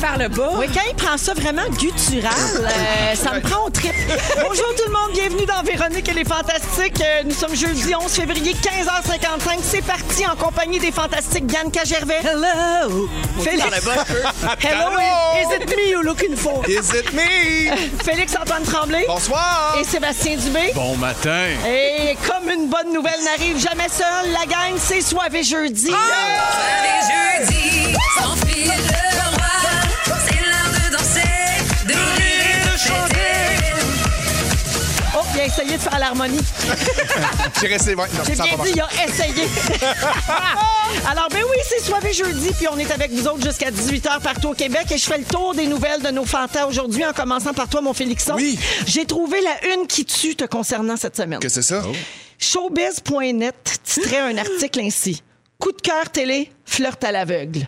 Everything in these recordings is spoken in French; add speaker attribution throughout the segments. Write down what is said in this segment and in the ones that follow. Speaker 1: par le bas.
Speaker 2: Oui, quand il prend ça vraiment guttural, euh, ça me prend au trip. Bonjour tout le monde, bienvenue dans Véronique et les Fantastiques. Euh, Nous sommes jeudi 11 février, 15h55. C'est parti en compagnie des Fantastiques Yann Gervais. Hello! Félix. Hello, is it me you're looking for?
Speaker 3: Is it me?
Speaker 2: Félix-Antoine Tremblay
Speaker 3: Bonsoir!
Speaker 2: et Sébastien Dubé.
Speaker 4: Bon matin.
Speaker 2: Et comme une bonne nouvelle n'arrive jamais seule, la gang, c'est soivé jeudi.
Speaker 5: Ah! Les jeudis, sans fil de roi, c'est l'heure de danser, de rire et de chanter.
Speaker 2: Oh, il a essayé de faire l'harmonie.
Speaker 3: J'ai resté. ouais, non,
Speaker 2: J'ai
Speaker 3: ça a
Speaker 2: bien
Speaker 3: pas
Speaker 2: dit,
Speaker 3: marché.
Speaker 2: il a essayé. Alors, ben oui, c'est soirée jeudi, puis on est avec vous autres jusqu'à 18h partout au Québec. Et je fais le tour des nouvelles de nos fantas aujourd'hui, en commençant par toi, mon Félixon.
Speaker 3: Oui.
Speaker 2: J'ai trouvé la une qui tue te concernant cette semaine.
Speaker 3: Que c'est ça?
Speaker 2: Showbiz.net titrait un article ainsi. Coup de cœur télé, flirt à l'aveugle.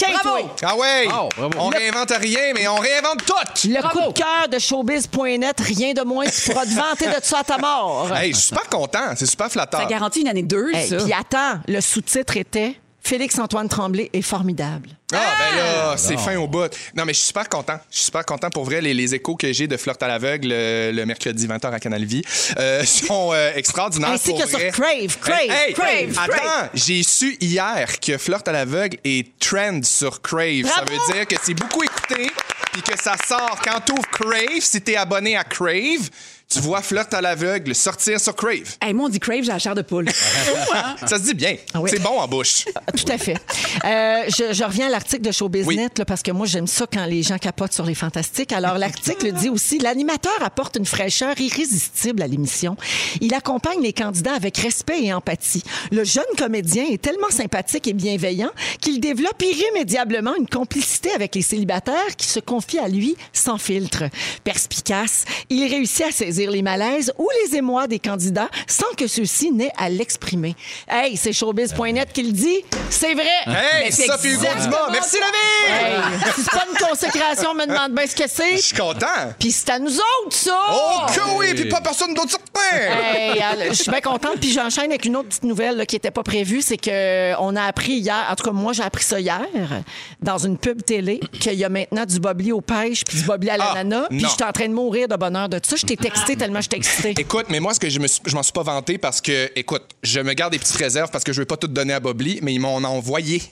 Speaker 2: Bravo!
Speaker 3: Ah ouais!
Speaker 4: Oh, bravo.
Speaker 3: on réinvente rien, mais on réinvente tout!
Speaker 2: Le coup de cœur de showbiz.net, rien de moins, tu pourras te vanter de ça à ta mort.
Speaker 3: Hey, je suis super content, c'est super
Speaker 1: Ça
Speaker 3: flatteur.
Speaker 1: garantit une année deux,
Speaker 2: Hey,
Speaker 1: ça.
Speaker 2: Puis attends, le sous-titre était Félix-Antoine Tremblay est formidable.
Speaker 3: Ah, ben là, c'est fin au bout. Non, mais je suis super content. Je suis super content pour vrai. Les, les échos que j'ai de Flirt à l'aveugle euh, le mercredi 20h à Canal Vie euh, sont euh, extraordinaires.
Speaker 2: Ainsi
Speaker 3: pour
Speaker 2: que sur
Speaker 3: vrai.
Speaker 2: Crave, Crave, Crave,
Speaker 3: Attends,
Speaker 2: Crave.
Speaker 3: j'ai su hier que Flirt à l'aveugle est trend sur Crave. Ça
Speaker 2: Bravo!
Speaker 3: veut dire que c'est beaucoup écouté puis que ça sort. Quand t'ouvres Crave, si t'es abonné à Crave, tu vois Flirt à l'aveugle sortir sur Crave.
Speaker 1: Hey, moi, on dit crave, j'ai la chair de poule.
Speaker 3: Ça se dit bien.
Speaker 2: oui.
Speaker 3: C'est bon en bouche.
Speaker 2: Tout à fait. Euh, je, je reviens à l'article de Showbiz
Speaker 3: Oui.
Speaker 2: Net, là, parce que moi, j'aime ça quand les gens capotent sur les fantastiques. Alors, l'article dit aussi l'animateur apporte une fraîcheur irrésistible à l'émission. Il accompagne les candidats avec respect et empathie. Le jeune comédien est tellement sympathique et bienveillant qu'il développe irrémédiablement une complicité avec les célibataires qui se confient à lui sans filtre. Perspicace, il réussit à saisir les malaises ou les émois des candidats sans que ceux-ci n'aient à l'exprimer. Hey, c'est showbiz.net qui le dit. C'est vrai.
Speaker 3: Hey,
Speaker 2: Mais c'est
Speaker 3: ça puis Hugo
Speaker 2: exactement
Speaker 3: Dumas. Merci, la
Speaker 2: ça.
Speaker 3: vie!
Speaker 2: Hey, si c'est pas une consécration, me demande bien ce que
Speaker 3: Je
Speaker 2: c'est.
Speaker 3: suis content.
Speaker 2: Puis c'est à nous autres, ça!
Speaker 3: Oh, que oui, puis pas personne d'autre certain.
Speaker 2: Hey, alors, je suis bien contente. Puis j'enchaîne avec une autre petite nouvelle là, qui n'était pas prévue. C'est que euh, on a appris hier, en tout cas, moi, j'ai appris ça hier, dans une pub télé, qu'il y a maintenant du bobli aux pêches puis du bobli à
Speaker 3: Ah,
Speaker 2: l'ananas. puis
Speaker 3: non.
Speaker 2: j'étais en train de mourir de bonheur de ça. Je t'ai texté tellement je t'ai excitée.
Speaker 3: Écoute, mais moi, ce que je me suis- je m'en suis pas vanté parce que, écoute, je me garde des petites réserves parce que je vais pas tout donner à Bobli, mais ils m'ont envoyé.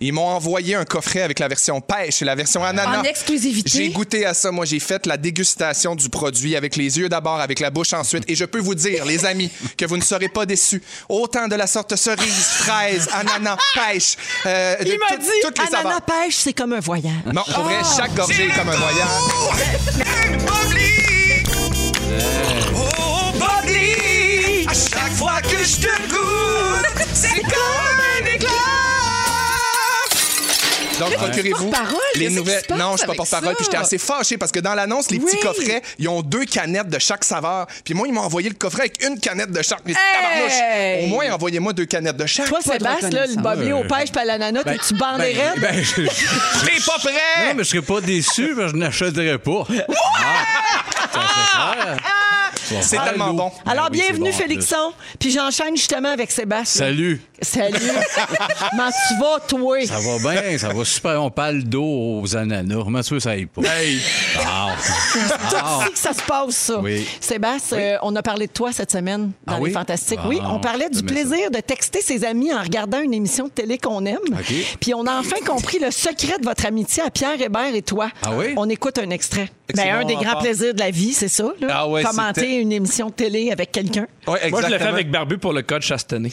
Speaker 3: Ils m'ont envoyé un coffret avec la version pêche et la version ananas.
Speaker 1: En exclusivité?
Speaker 3: J'ai goûté à ça. Moi, j'ai fait la dégustation du produit avec les yeux d'abord, avec la bouche ensuite. Et je peux vous dire, les amis, que vous ne serez pas déçus. Autant de la sorte cerise, fraise, ananas, pêche. euh, de
Speaker 2: Il m'a
Speaker 3: tout- toutes
Speaker 2: dit,
Speaker 3: les
Speaker 2: ananas
Speaker 3: saveurs.
Speaker 2: pêche, c'est comme un voyage.
Speaker 3: Non, pour vrai,
Speaker 1: Ah!
Speaker 3: chaque gorgée est comme un voyage.
Speaker 5: Oh, Bobby, à chaque fois que je te goûte, c'est comme un éclat.
Speaker 3: Donc, procurez-vous
Speaker 1: porte-parole,
Speaker 3: les
Speaker 1: qu'est-ce
Speaker 3: nouvelles.
Speaker 1: qui se passe
Speaker 3: Non, je suis pas
Speaker 1: avec
Speaker 3: porte-parole,
Speaker 1: ça?
Speaker 3: puis j'étais assez fâché parce que dans l'annonce, les petits
Speaker 1: Oui.
Speaker 3: coffrets, ils ont deux canettes de chaque saveur. Puis moi, ils m'ont envoyé le coffret avec une canette de chaque. Mais tabarnouche! Au moins, envoyez-moi deux canettes de chaque.
Speaker 2: Toi,
Speaker 1: Pas de
Speaker 2: Sébastien, là, le
Speaker 1: reconnaissance.
Speaker 2: bobli aux pêches puis à l'ananas,
Speaker 4: Ben,
Speaker 2: tu bandais
Speaker 4: ben,
Speaker 2: raide.
Speaker 4: ben, je- je-
Speaker 3: T'es pas prêt!
Speaker 4: non, mais je serais pas déçu, mais je n'achèterais pas. Ah,
Speaker 3: C'est tellement ben bon.
Speaker 2: Alors,
Speaker 4: Ah oui, c'est
Speaker 2: bienvenue,
Speaker 4: bon,
Speaker 2: Félixon. Puis j'enchaîne justement avec Sébastien.
Speaker 4: Salut.
Speaker 2: Salut. Comment tu vas, toi?
Speaker 4: Ça va bien, ça va super. On parle d'eau aux ananas. Comment tu veux ça aille pas?
Speaker 3: Hey!
Speaker 4: Ah.
Speaker 2: Toxique, ça se passe, ça.
Speaker 4: Oui.
Speaker 2: Sébastien, euh, on a parlé de toi cette semaine dans
Speaker 4: Ah
Speaker 2: Les
Speaker 4: oui?
Speaker 2: Fantastiques.
Speaker 4: Ah,
Speaker 2: oui, on parlait du
Speaker 4: j'aimais
Speaker 2: plaisir de texter ses amis en regardant une émission de télé qu'on aime.
Speaker 4: OK.
Speaker 2: Puis on a enfin compris le secret de votre amitié à Pierre Hébert et toi.
Speaker 4: Ah oui?
Speaker 2: On écoute un extrait.
Speaker 4: Excellent
Speaker 2: Ben, un des grands
Speaker 4: rapport.
Speaker 2: plaisirs de la vie, c'est ça. là.
Speaker 4: Ah ouais,
Speaker 2: Commenter
Speaker 4: c'était-
Speaker 2: une émission de télé avec quelqu'un.
Speaker 3: Ouais,
Speaker 6: Moi, je le fais
Speaker 3: exactement.
Speaker 6: avec Barbu pour le code chastené.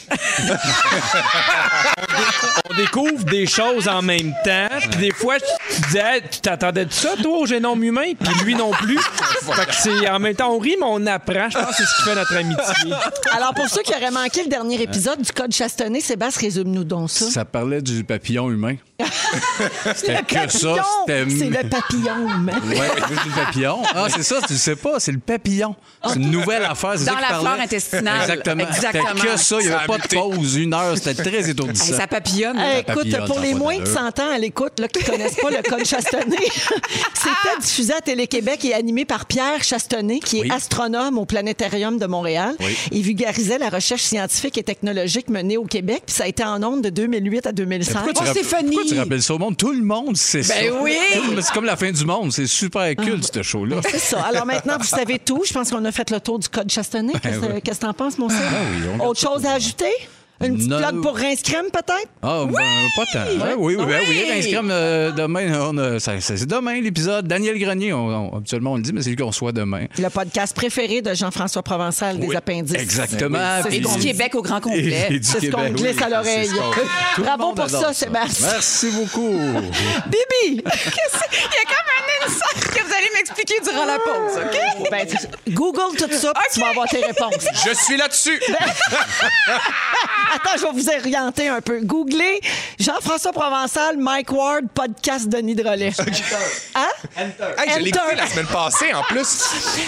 Speaker 6: on découvre des choses en même temps. Puis des fois, tu te disais, Hey, tu t'attendais de ça, toi, au génome humain? Puis lui non plus. fait que c'est en même temps, on rit, mais on apprend. Je pense que c'est ce qui fait notre amitié.
Speaker 2: Alors, pour ceux qui auraient manqué le dernier épisode du Code Chastenay, Sébastien, résume-nous donc ça.
Speaker 4: Ça parlait du papillon humain.
Speaker 2: Le
Speaker 4: C'était que
Speaker 2: papillon,
Speaker 4: ça, c'était.
Speaker 2: C'est le papillon. humain.
Speaker 4: Ouais, le papillon. Ah, c'est ça, tu le sais pas, c'est le papillon. C'est une nouvelle affaire. c'est
Speaker 1: Dans
Speaker 4: ça qu'il
Speaker 1: la
Speaker 4: parlait.
Speaker 1: flore intestinale.
Speaker 4: Exactement.
Speaker 1: Exactement.
Speaker 4: C'était que ça, il n'y
Speaker 3: Ça
Speaker 4: avait
Speaker 3: a
Speaker 4: pas de
Speaker 3: buté.
Speaker 4: pause, une heure, c'était très étourdissant.
Speaker 1: Hey, ça papillonne.
Speaker 2: Hey,
Speaker 1: là.
Speaker 2: écoute,
Speaker 4: papillon,
Speaker 2: pour
Speaker 4: ça
Speaker 2: les
Speaker 4: a pas
Speaker 2: moins de
Speaker 4: d'allure.
Speaker 2: 100 ans à l'écoute, là, qui ne connaissent pas le code Chastenay,
Speaker 4: Ah!
Speaker 2: c'était diffusé à Télé-Québec et animé par Pierre Chastenay, qui est
Speaker 4: Oui.
Speaker 2: astronome au Planétarium de Montréal.
Speaker 4: Oui.
Speaker 2: Il vulgarisait la recherche scientifique et technologique menée au Québec, puis ça a été en ondes de 2008 à 2005.
Speaker 4: Pourquoi tu
Speaker 1: Oh,
Speaker 4: rap-
Speaker 1: Stéphanie.
Speaker 4: pourquoi tu rappelles ça au monde. Tout le monde sait ça.
Speaker 1: Ben oui!
Speaker 4: Tout- C'est comme la fin du monde. C'est super culte, ce show-là.
Speaker 2: C'est ça. Alors maintenant, vous savez tout. Je pense qu'on a fait le tour du code Chastonnay. Qu'est-ce
Speaker 4: Ben oui. Ah
Speaker 2: qu'est-ce que t'en penses, mon cher?
Speaker 4: oui, on garde
Speaker 2: Autre chose à ajouter? Une petite
Speaker 4: Non.
Speaker 2: plug pour Rince Crème, peut-être?
Speaker 4: Ah, ben, pas tant. Ouais, oui, oui, ben oui. Rince Crème, euh, demain, on a- ça- ça- c'est demain l'épisode. Daniel Grenier, on, on- habituellement, on le dit, mais c'est lui qu'on reçoit demain.
Speaker 2: Le podcast préféré de Jean-François Provençal, des
Speaker 4: Oui,
Speaker 2: appendices.
Speaker 4: Exactement.
Speaker 1: Et du
Speaker 4: Puis-
Speaker 1: Québec au grand complet.
Speaker 4: Et- et du
Speaker 2: C'est ce qu'on
Speaker 4: Québec,
Speaker 2: glisse à l'oreille.
Speaker 4: c'est ce qu'on- Tout le
Speaker 2: Bravo
Speaker 4: monde
Speaker 2: pour ça,
Speaker 4: adore
Speaker 2: Sébastien.
Speaker 4: Merci beaucoup.
Speaker 2: Bibi!
Speaker 1: Il y a comme un insert que vous allez m'expliquer durant la pause, OK?
Speaker 2: Ben, tu- Google tout ça, puis tu vas avoir tes réponses.
Speaker 3: Je suis là-dessus.
Speaker 2: Attends, je vais vous orienter un peu. Googlez Jean-François Provençal, Mike Ward, podcast Denis Drolet. Hein?
Speaker 3: Hey, je l'ai
Speaker 2: Enter.
Speaker 3: écouté la semaine passée, en plus.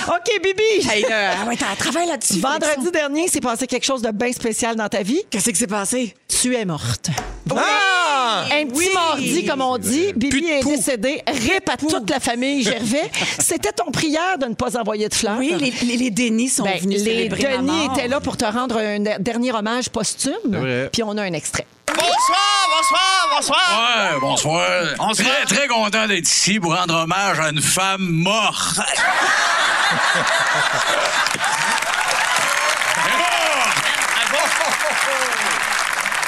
Speaker 2: OK, Bibi!
Speaker 1: Hey, là, ah ouais, t'as travaillé là-dessus.
Speaker 2: Vendredi dernier, s'est passé quelque chose de bien spécial dans ta vie.
Speaker 1: Qu'est-ce qui s'est passé?
Speaker 2: Tu es morte.
Speaker 3: Ah!
Speaker 2: Un petit mardi, comme on dit.
Speaker 3: Plus
Speaker 2: Bibi
Speaker 3: de
Speaker 2: est
Speaker 3: poux.
Speaker 2: décédée. Rip à toute la famille Gervais. C'était ton prière de ne pas envoyer de fleurs.
Speaker 1: Oui, les, les, les dénis sont
Speaker 2: Ben,
Speaker 1: venus
Speaker 2: les
Speaker 1: célébrer ma
Speaker 2: Denis
Speaker 1: mort.
Speaker 2: étaient là pour te rendre un der- dernier hommage posthume.
Speaker 4: vrai.
Speaker 2: Puis on a un extrait.
Speaker 7: Bonsoir, bonsoir, bonsoir.
Speaker 2: Ah,
Speaker 4: Ouais, bonsoir. On se très, très content d'être ici pour rendre hommage à une femme morte.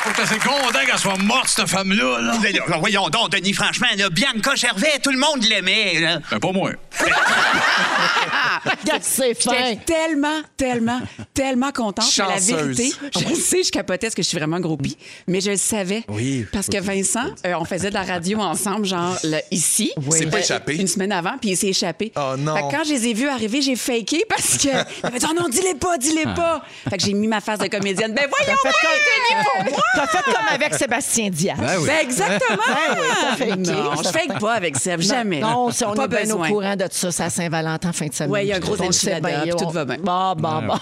Speaker 4: Faut que t'es assez content qu'elle soit morte, cette femme-là. Là.
Speaker 7: Mais là, là, voyons donc, Denis, franchement, là, Bianca Gervais, tout le monde l'aimait. là.
Speaker 4: Ben, pas moi.
Speaker 2: Regarde, c'est fin.
Speaker 1: J'étais tellement, tellement, tellement contente. Mais La
Speaker 3: Chanceuse.
Speaker 1: vérité,
Speaker 2: Ah
Speaker 1: je sais, je capotais parce que je suis vraiment groupie, mais je le savais.
Speaker 4: Oui.
Speaker 1: Parce que Vincent, euh, on faisait de la radio ensemble, genre là, ici.
Speaker 3: C'est pas
Speaker 1: Euh,
Speaker 3: échappé.
Speaker 1: Une semaine avant, puis il s'est échappé.
Speaker 3: Oh non.
Speaker 1: Fait que quand je les ai vus arriver, j'ai faké parce que. Il avait dit, oh non, dis-les pas, dis-les pas. Fait que j'ai mis ma face de comédienne. Ben voyons,
Speaker 2: T'as Ah. fait,
Speaker 1: Denis, pour
Speaker 2: comme... T'as fait comme avec Sébastien Diaz.
Speaker 4: Ben oui.
Speaker 1: Ben exactement!
Speaker 2: oui, t'as faké,
Speaker 1: non,
Speaker 2: c'est
Speaker 1: je fake pas avec Seb, jamais.
Speaker 2: Non, on- on
Speaker 1: pas
Speaker 2: est bien au
Speaker 1: besoin.
Speaker 2: courant de ça, c'est à Saint-Valentin, fin de semaine.
Speaker 1: Ouais, il y a un gros
Speaker 2: On le sait
Speaker 1: enchilada,
Speaker 2: bien,
Speaker 1: puis
Speaker 2: on-
Speaker 1: tout va bien.
Speaker 2: Bon, bon, bon.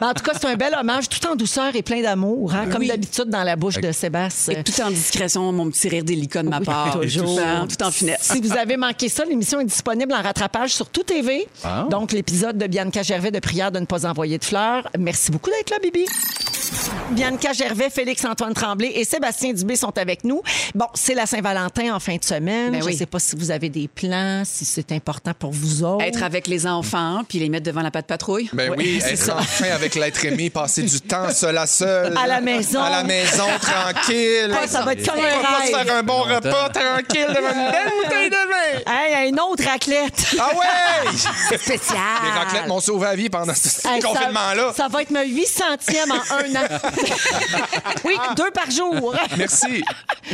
Speaker 2: Mais en tout cas, c'est un bel hommage, tout en douceur et plein d'amour,
Speaker 3: Ben
Speaker 2: hein, comme
Speaker 1: Oui.
Speaker 2: d'habitude dans la bouche de Sébastien.
Speaker 1: Et tout en discrétion, mon petit rire d'hélicone de ma
Speaker 2: Oui,
Speaker 1: part.
Speaker 2: toujours.
Speaker 1: Tout en, tout en finesse.
Speaker 2: Si vous avez manqué ça, l'émission est disponible en rattrapage sur Tout TV.
Speaker 3: Ah.
Speaker 2: Donc, l'épisode de Bianca Gervais de Prière de ne pas envoyer de fleurs. Merci beaucoup d'être là, Bibi. Bianca Gervais, Félix-Antoine Tremblay et Sébastien Dubé sont avec nous. Bon, c'est la Saint-Valentin en fin de semaine.
Speaker 1: Ben
Speaker 2: Je ne
Speaker 1: oui.
Speaker 2: sais pas si vous avez des plans, si c'est important pour vous autres.
Speaker 1: Être avec les enfants, puis les mettre devant la patte patrouille.
Speaker 3: Ben oui, être enfin avec l'être aimé, passer du temps seul à seul.
Speaker 2: À la maison.
Speaker 3: À la maison, tranquille.
Speaker 2: Ah, ça va être comme
Speaker 3: On va
Speaker 2: un
Speaker 3: pas se
Speaker 2: rêve.
Speaker 3: faire un bon repas, tranquille, devant une belle bouteille de vin.
Speaker 2: Hey, une autre raclette.
Speaker 3: Ah ouais!
Speaker 1: Spécial!
Speaker 3: Les raclettes m'ont sauvé la vie pendant ce
Speaker 2: Hey, Ah. ça-
Speaker 3: confinement-là.
Speaker 2: Ça, va être ma 800e en un an. oui, deux par jour.
Speaker 3: Merci.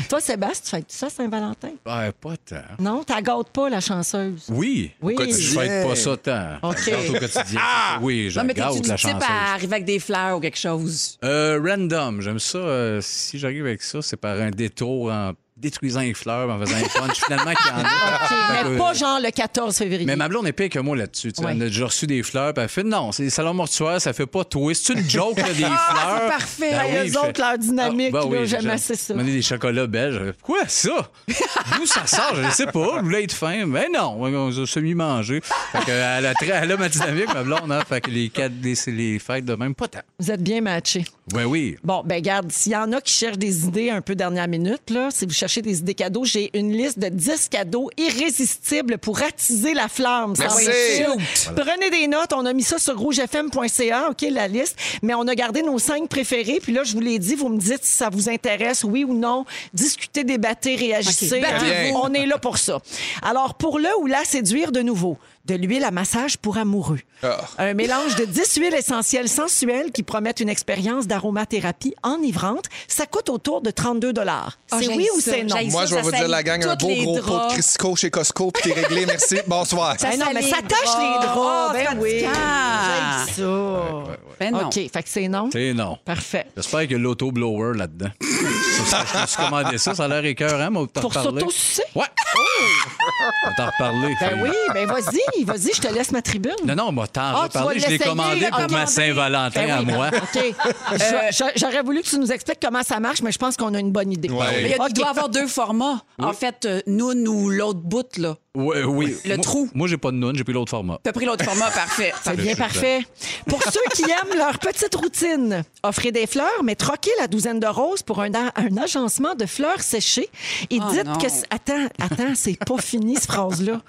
Speaker 2: Toi, Sébastien, tu fais tout ça Saint-Valentin?
Speaker 4: Ben, pas tant.
Speaker 2: Non, t'as gâtes pas la chanceuse.
Speaker 4: Oui.
Speaker 2: Oui.
Speaker 4: Je fête pas ça tant.
Speaker 2: OK. Ah!
Speaker 4: Je garde au quotidien. Oui, je
Speaker 1: Non, mais t'es-tu
Speaker 4: garde
Speaker 1: du
Speaker 4: la
Speaker 1: type
Speaker 4: chanceuse.
Speaker 1: à arriver avec des fleurs ou quelque chose?
Speaker 4: Euh, random, j'aime ça. euh, si j'arrive avec ça, c'est par un détour en détruisant les fleurs, en faisant un punch finalement qu'il y en a.
Speaker 2: OK,
Speaker 4: Fait
Speaker 2: mais
Speaker 4: que-
Speaker 2: pas genre le 14 février.
Speaker 4: Ah, euh, Mais ma blonde est pire que moi là-dessus. tu sais.
Speaker 2: Ouais.
Speaker 4: Elle a déjà reçu des fleurs, puis elle fait non, c'est les salons mortuaires, ça fait pas twist. C'est une joke, là, des
Speaker 2: Ah,
Speaker 4: fleurs.
Speaker 1: c'est parfait.
Speaker 4: Ben
Speaker 2: Hey,
Speaker 4: oui,
Speaker 2: eux
Speaker 4: je
Speaker 2: autres, leur dynamique, là, j'aime
Speaker 4: j'ai-
Speaker 2: assez ça.
Speaker 4: j'ai demandé des chocolats belges. J'ai fait, Quoi, ça? D'où ça sort? Je ne sais pas. Je voulais être faim. Mais non, on s'est semi-mangé. Fait que, elle, a très- elle a ma dynamique, ma blonde. Hein? Fait que les, quatre, les, les fêtes de même, pas tant.
Speaker 2: Vous êtes bien matchés.
Speaker 4: Ben oui.
Speaker 2: Bon, ben garde, s'il y en a qui cherchent des idées un peu dernière minute, là, si vous cherchez des idées cadeaux, j'ai une liste de 10 cadeaux irrésistibles pour attiser la flamme. Ça va
Speaker 3: Merci.
Speaker 2: être chill. Prenez des notes. On a mis ça sur rougefm.ca, OK, la liste. Mais on a gardé nos cinq préférés. Puis là, je vous l'ai dit, vous me dites si ça vous intéresse, oui ou non. Discutez, débattez, réagissez.
Speaker 1: OK,
Speaker 3: battez-vous.
Speaker 2: On est là pour ça. Alors, pour le ou la séduire de nouveau, de l'huile à massage pour amoureux.
Speaker 3: Ah.
Speaker 2: Un mélange de 10 huiles essentielles sensuelles qui promettent une expérience d'aromathérapie enivrante. Ça coûte autour de 32 dollars.
Speaker 1: Ah,
Speaker 2: C'est
Speaker 1: j'haïs
Speaker 2: oui ou
Speaker 1: ça,
Speaker 2: c'est non?
Speaker 1: j'haïs
Speaker 3: Moi,
Speaker 1: ça,
Speaker 3: je vais
Speaker 1: ça
Speaker 3: vous dire,
Speaker 1: saigne
Speaker 3: la gang, un
Speaker 1: toutes
Speaker 3: beau
Speaker 1: les
Speaker 3: gros pot
Speaker 1: draps.
Speaker 3: de Crisco chez Costco, puis t'es réglé, merci. Bonsoir.
Speaker 1: Ça Oh,
Speaker 2: Ben non,
Speaker 1: sale
Speaker 2: mais
Speaker 1: les
Speaker 2: ça tâche les draps.
Speaker 1: draps,
Speaker 2: Ben oui.
Speaker 1: fatigant.
Speaker 2: J'haïs ça.
Speaker 1: Ben non.
Speaker 2: OK, fait que c'est non.
Speaker 4: C'est non.
Speaker 2: Parfait.
Speaker 4: J'espère qu'il y a l'auto-blower là-dedans. Ça, ça, je me suis commandé ça, ça a l'air écœurant, mais on va t'en
Speaker 2: Pour
Speaker 4: reparler.
Speaker 2: s'auto-sucer? Oh!
Speaker 4: Ouais. On va t'en reparler.
Speaker 2: Ben oui, ben vas-y, vas-y, je te laisse ma tribune.
Speaker 4: Non, non, on va t'en
Speaker 2: Ah, tu vas
Speaker 4: reparler. Je l'ai
Speaker 2: l'essayer,
Speaker 4: commandé pour ma
Speaker 2: commander.
Speaker 4: Saint-Valentin
Speaker 2: Ben
Speaker 4: à
Speaker 2: oui.
Speaker 4: moi.
Speaker 2: OK. Je- je- J'aurais voulu que tu nous expliques comment ça marche, mais je pense qu'on a une bonne idée.
Speaker 3: Ouais.
Speaker 1: Il, y a- il
Speaker 2: OK.
Speaker 1: doit y avoir deux formats. En fait, euh, Noun ou l'autre bout, là.
Speaker 4: Ouais, oui.
Speaker 1: Le
Speaker 4: Moi-
Speaker 1: trou.
Speaker 4: Moi, j'ai pas de noun, j'ai pris l'autre format.
Speaker 1: T'as pris l'autre format, parfait.
Speaker 2: C'est
Speaker 1: Parfait.
Speaker 2: bien parfait. Pour ceux qui aiment leur petite routine, offrez des fleurs, mais troquez la douzaine de roses pour un, a- un agencement de fleurs séchées. Et
Speaker 1: Oh
Speaker 2: dites
Speaker 1: non.
Speaker 2: que... c- Attends, attends, c'est pas fini, cette phrase-là.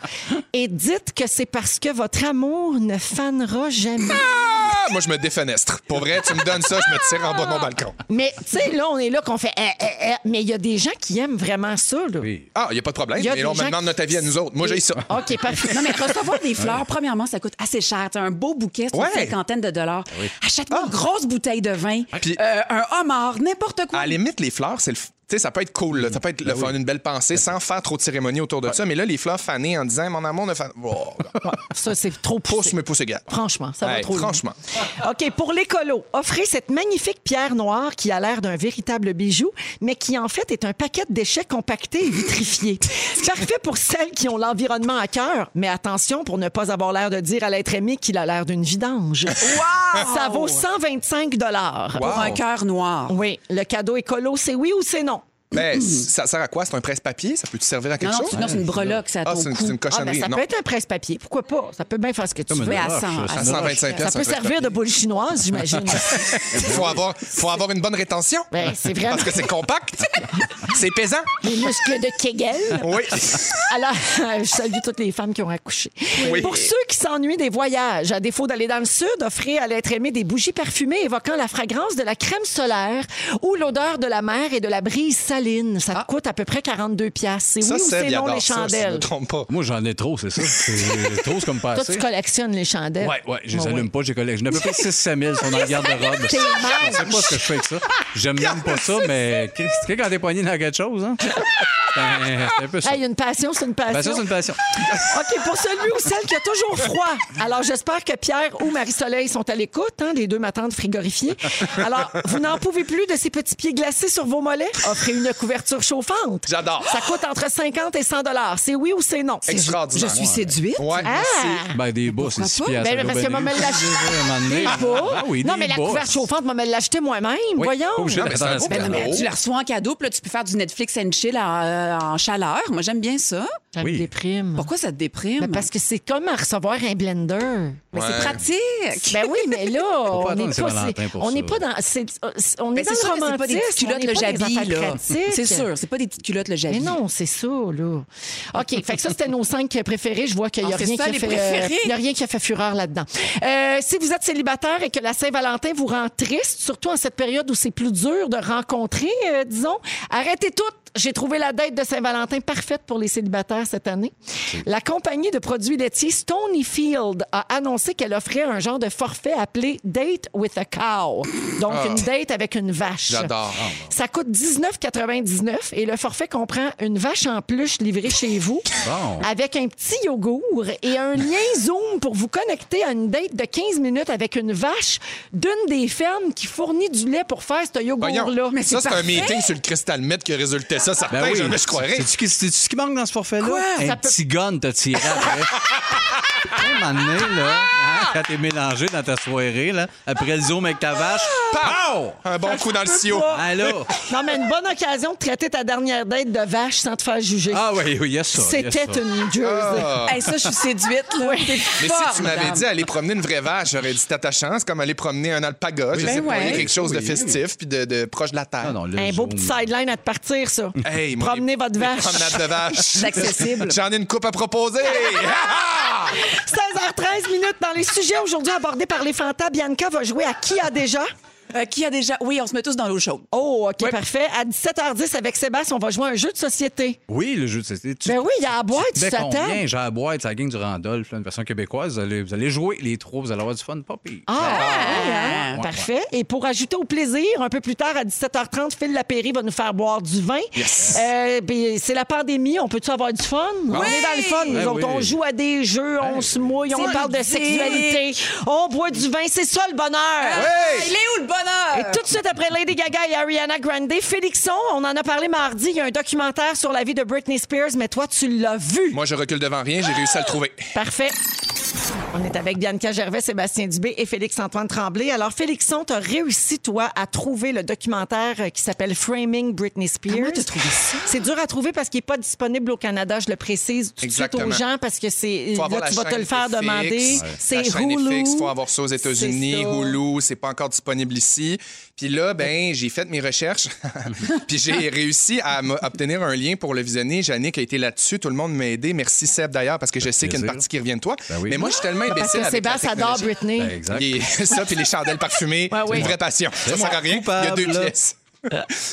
Speaker 2: Et dites que c'est parce que votre amour ne fanera jamais.
Speaker 3: Ah, moi, je me défenestre. Pour vrai, tu me donnes ça, je me tire en bas de mon
Speaker 2: Ah.
Speaker 3: balcon.
Speaker 2: Mais, tu sais, là, on est là qu'on fait... Eh, eh, eh. mais il y a des gens qui aiment vraiment ça, là.
Speaker 3: Ah, il n'y a pas de problème.
Speaker 2: Il y a
Speaker 3: Mais là, on
Speaker 2: des
Speaker 3: me
Speaker 2: gens
Speaker 3: demande
Speaker 2: qui-
Speaker 3: notre avis à nous autres. Moi, j'ai ça.
Speaker 2: OK, parfait.
Speaker 1: Non, mais recevoir des fleurs, premièrement, ça coûte assez cher. T'as un beau bouquet, c'est
Speaker 3: Ouais. Ah.
Speaker 1: une cinquantaine de dollars.
Speaker 4: Ah
Speaker 1: Achète-moi une grosse bouteille de vin,
Speaker 3: Puis-
Speaker 1: euh, un homard, n'importe quoi.
Speaker 3: À la limite, les fleurs, c'est le. f- Tu sais, ça peut être cool, là. ça peut être
Speaker 4: Ben
Speaker 3: le fun, une belle pensée, sans faire trop de cérémonie autour de ça. Mais là, les fleurs fanées en disant, mon amour, ne fan. Oh,
Speaker 2: Ça, c'est trop
Speaker 3: pousse,
Speaker 2: poussé.
Speaker 3: mais pousse égal.
Speaker 2: Franchement, ça va
Speaker 3: Hey,
Speaker 2: trop loin.
Speaker 3: franchement.
Speaker 2: OK, pour l'écolo, offrez cette magnifique pierre noire qui a l'air d'un véritable bijou, mais qui en fait est un paquet de déchets compactés et vitrifiés. Parfait pour celles qui ont l'environnement à cœur, mais attention pour ne pas avoir l'air de dire à l'être aimé qu'il a l'air d'une vidange. Ça vaut 125 dollars.
Speaker 1: Pour un cœur noir.
Speaker 2: Oui, le cadeau écolo, c'est oui ou c'est non? Ah,
Speaker 4: Hmm.
Speaker 3: Ben, ça sert à quoi? C'est un presse-papier? Ça peut te servir à quelque
Speaker 1: Non, non,
Speaker 3: chose?
Speaker 1: tu- non, c'est une breloque, ça
Speaker 3: Ah, c'est
Speaker 1: ton
Speaker 3: une,
Speaker 1: cou.
Speaker 3: c'est une
Speaker 2: Ah, ben,
Speaker 3: cochonnerie.
Speaker 2: ça
Speaker 3: non.
Speaker 2: peut être un presse-papier, pourquoi pas? Ça peut bien faire ce que tu
Speaker 4: Comme
Speaker 2: veux.
Speaker 4: une
Speaker 1: à
Speaker 4: roche,
Speaker 1: 100,
Speaker 4: ça,
Speaker 1: à
Speaker 4: une
Speaker 3: 125
Speaker 4: roche.
Speaker 2: Ça peut
Speaker 3: c'est un
Speaker 2: servir de boule chinoise, j'imagine.
Speaker 3: Faut avoir, faut avoir une bonne rétention.
Speaker 2: Ben, c'est vraiment-
Speaker 3: Parce que c'est compact. c'est pesant.
Speaker 2: Les muscles de Kegel.
Speaker 3: Oui.
Speaker 2: Alors, je salue toutes les femmes qui ont accouché.
Speaker 3: Oui.
Speaker 2: Pour ceux qui s'ennuient des voyages, à défaut d'aller dans le sud, offrez à l'être aimé des bougies parfumées évoquant la fragrance de la crème solaire ou l'odeur de la mer et de la brise saline. Ça coûte à peu près 42 piastres. C'est
Speaker 3: Ça,
Speaker 2: oui ou
Speaker 3: Seb,
Speaker 2: c'est
Speaker 3: il
Speaker 2: non
Speaker 3: adore
Speaker 2: les
Speaker 3: ça, si je me
Speaker 2: chandelles?
Speaker 3: trompe pas.
Speaker 4: Moi, j'en ai trop, c'est ça. C'est trop, c'est comme
Speaker 2: Toi,
Speaker 4: passé.
Speaker 2: tu collectionnes les chandelles.
Speaker 4: Ouais, ouais, je les
Speaker 2: Ouais,
Speaker 4: allume
Speaker 2: ouais.
Speaker 4: pas, je les collecte. J'en ai à peu près 6 5 000 sont dans le garde-robe. Je
Speaker 2: T'es
Speaker 4: sais
Speaker 2: mal.
Speaker 4: pas ce que je fais avec ça. J'aime même pas ça, mais tu sais, quand t'es poigné dans quelque chose, hein? C'est un c'est un peu ça.
Speaker 2: Hey, une passion, c'est une passion.
Speaker 4: Ben, ça, c'est une passion.
Speaker 2: OK, pour celui ou celle qui a toujours froid. Alors, j'espère que Pierre ou Marie-Soleil sont à l'écoute, hein, les deux matantes frigorifiées. Alors, vous n'en pouvez plus de ces petits pieds glacés sur vos mollets? Offrez une couverture chauffante.
Speaker 3: J'adore.
Speaker 2: Ça coûte entre 50 et 100 C'est oui ou c'est non?
Speaker 3: Extraordinaire.
Speaker 1: Je suis séduite.
Speaker 3: Ouais,
Speaker 2: Ah!
Speaker 3: merci.
Speaker 4: Ben, des bas, c'est 6
Speaker 1: pas?
Speaker 4: piastres.
Speaker 2: Ben,
Speaker 4: là,
Speaker 2: parce que moi, me
Speaker 4: des-
Speaker 2: l'acheter.
Speaker 4: un moment donné. Ah oui, hein,
Speaker 2: non,
Speaker 4: des
Speaker 2: mais la
Speaker 4: bas.
Speaker 2: couverture chauffante, moi, me l'acheter moi-même.
Speaker 4: Oui,
Speaker 2: Voyons.
Speaker 4: pas obligé
Speaker 3: Non, mais c'est un
Speaker 4: d'attendre
Speaker 3: beau
Speaker 4: à ce
Speaker 1: Ben non, mais
Speaker 4: moment-là.
Speaker 3: Oh.
Speaker 1: tu la reçois en cadeau, puis là, tu peux faire du Netflix and chill en, euh, en chaleur. Moi, j'aime bien ça.
Speaker 2: Ça me
Speaker 4: Oui.
Speaker 2: déprime.
Speaker 1: Pourquoi ça te déprime?
Speaker 2: Ben, Hmm. parce que c'est comme à recevoir un blender.
Speaker 1: Mais c'est pratique.
Speaker 2: Ben oui, mais là, on
Speaker 4: attendre
Speaker 2: n'est
Speaker 4: c'est
Speaker 2: pas,
Speaker 4: Valentin pour
Speaker 2: on
Speaker 4: ça.
Speaker 2: n'est pas dans, c'est, on est
Speaker 1: Ben,
Speaker 2: dans
Speaker 1: c'est
Speaker 2: le
Speaker 1: sûr que c'est pas des petites
Speaker 2: romantisme, on
Speaker 1: culottes
Speaker 2: n'est
Speaker 1: le
Speaker 2: pas des
Speaker 1: jabi,
Speaker 2: affaires
Speaker 1: là.
Speaker 2: pratiques.
Speaker 1: C'est sûr, c'est pas des petites culottes le
Speaker 2: Mais
Speaker 1: jabi.
Speaker 2: non, c'est ça, là. OK, fait que ça, c'était nos cinq préférés. Je vois qu'il n'y a,
Speaker 1: On fait
Speaker 2: rien qui
Speaker 1: Ah, ça,
Speaker 2: a
Speaker 1: les
Speaker 2: fait, euh,
Speaker 1: préférés.
Speaker 2: il y a rien qui a fait fureur là-dedans. Euh, si vous êtes célibataire et que la Saint-Valentin vous rend triste, surtout en cette période où c'est plus dur de rencontrer, euh, disons, arrêtez tout. J'ai trouvé la date de Saint-Valentin parfaite pour les célibataires cette année. La compagnie de produits laitiers Stonyfield a annoncé qu'elle offrait un genre de forfait appelé Date with a Cow. Donc,
Speaker 1: Ah.
Speaker 2: une date avec une vache.
Speaker 3: J'adore. Ah,
Speaker 2: Ça coûte 19,99 et le forfait comprend une vache en peluche livrée chez vous
Speaker 4: Bon.
Speaker 2: avec un petit yogourt et un lien Zoom pour vous connecter à une date de 15 minutes avec une vache d'une des fermes qui fournit du lait pour faire ce yogourt-là.
Speaker 3: Voyons, ça, c'est un
Speaker 2: parfait.
Speaker 3: meeting sur le cristal mètre qui résultait ça. Certain,
Speaker 4: Ben oui.
Speaker 3: jamais je croirais.
Speaker 4: C'est ce qui, c'est-tu ce qui manque dans ce forfait-là?
Speaker 2: Ça
Speaker 4: Un
Speaker 2: peut-
Speaker 4: petit gun t'as tiré après. Un moment donné, là, hein, quand t'es mélangé dans ta soirée, là, après le zoom avec ta vache, pow!
Speaker 3: Un bon coup dans le sillot.
Speaker 4: Allô?
Speaker 2: Non, mais une bonne occasion de traiter ta dernière date de vache sans te faire juger.
Speaker 4: Ah oui, oui, il y a ça. il y a
Speaker 2: C'était
Speaker 4: ça.
Speaker 2: une Jersey.
Speaker 3: Ah,
Speaker 1: Hey, ça, je suis séduite. Là. T'es
Speaker 3: Mais si tu
Speaker 1: formidable.
Speaker 3: m'avais dit aller promener une vraie vache, j'aurais dit t'as ta chance, comme aller promener un alpaga, je
Speaker 1: Ben
Speaker 3: sais pas,
Speaker 1: ouais.
Speaker 3: quelque chose de festif puis de, de proche de la terre.
Speaker 4: Ah non, le
Speaker 2: Un beau
Speaker 4: zoom.
Speaker 2: petit sideline à te partir, ça.
Speaker 3: Hey, moi,
Speaker 2: Promenez
Speaker 3: les-
Speaker 2: votre
Speaker 3: les
Speaker 2: vache.
Speaker 3: Promenade de vache.
Speaker 1: C'est accessible.
Speaker 3: J'en ai une coupe à proposer. Ah!
Speaker 2: 16h13 minutes dans les sujets aujourd'hui abordés par les Fantas. Bianca va jouer à qui a déjà?
Speaker 1: Euh, qui a déjà. Oui, on se met tous dans l'eau chaude.
Speaker 2: Oh, OK, parfait. À 17h10 avec Sébastien, on va jouer à un jeu de société.
Speaker 4: Oui, le jeu de société. Tu-
Speaker 2: Ben oui, il y a à boire, tu
Speaker 4: Dès qu'on
Speaker 2: t'attends.
Speaker 4: vient, j'ai à boire, c'est la gang du Randolph, là, une version québécoise. Vous allez, vous allez jouer les trois, vous allez avoir du fun, pas pire.
Speaker 2: Ah, ouais, hein?
Speaker 4: ouais.
Speaker 2: parfait. Et pour ajouter au plaisir, un peu plus tard, à 17h30, Phil Lapéry va nous faire boire du vin. Euh, ben, c'est la pandémie, on peut-tu avoir du fun? On est dans le fun, nous
Speaker 4: Ben
Speaker 2: autres.
Speaker 4: oui.
Speaker 2: On joue à des jeux, on se mouille, on
Speaker 1: Eh C'est
Speaker 2: parle de
Speaker 1: ludique.
Speaker 2: sexualité, on boit du vin. C'est ça le bonheur!
Speaker 1: Ah, Il est où le bonheur?
Speaker 2: Et tout de suite après Lady Gaga et Ariana Grande, Félixon, on en a parlé mardi, il y a un documentaire sur la vie de Britney Spears, mais toi, tu l'as vu.
Speaker 3: Moi, je recule devant rien, j'ai réussi à le trouver.
Speaker 2: Parfait. On est avec Bianca Gervais, Sébastien Dubé et Félix-Antoine Tremblay. Alors, Félixon, t'as réussi, toi, à trouver le documentaire euh, qui s'appelle Framing Britney Spears.
Speaker 1: Comment t'as trouvé ça?
Speaker 2: C'est dur à trouver parce qu'il n'est pas disponible au Canada, je le précise tout de suite aux
Speaker 3: Exactement.
Speaker 2: gens parce que c'est
Speaker 3: Faut avoir
Speaker 2: là,
Speaker 3: la
Speaker 2: tu vas te
Speaker 3: chaîne
Speaker 2: le faire
Speaker 3: FX.
Speaker 2: demander.
Speaker 3: Ouais.
Speaker 2: C'est
Speaker 3: la chaîne
Speaker 2: Hulu.
Speaker 3: FX, faut avoir ça aux États-Unis,
Speaker 2: C'est ça.
Speaker 3: Hulu, c'est pas encore disponible ici. Puis là, ben, j'ai fait mes recherches, puis j'ai réussi à me- obtenir un lien pour le visionner. Jannick a été là-dessus, tout le monde m'a aidé. Merci Seb d'ailleurs parce que je sais qu'il y a une
Speaker 4: plaisir.
Speaker 3: partie qui revient de toi.
Speaker 4: Ben oui.
Speaker 3: Mais moi, je suis tellement
Speaker 2: Ah, Parce
Speaker 3: imbécile
Speaker 2: que
Speaker 3: avec la
Speaker 2: Sébastien adore
Speaker 3: technologie.
Speaker 2: Britney.
Speaker 4: Ben, exact.
Speaker 3: Il est- ça, puis les chandelles parfumées,
Speaker 2: Ouais,
Speaker 3: c'est
Speaker 2: oui.
Speaker 3: une vraie passion. Ça
Speaker 4: mon
Speaker 3: sert à rien. Il y a
Speaker 4: coupable,
Speaker 3: deux
Speaker 4: là.
Speaker 3: pièces.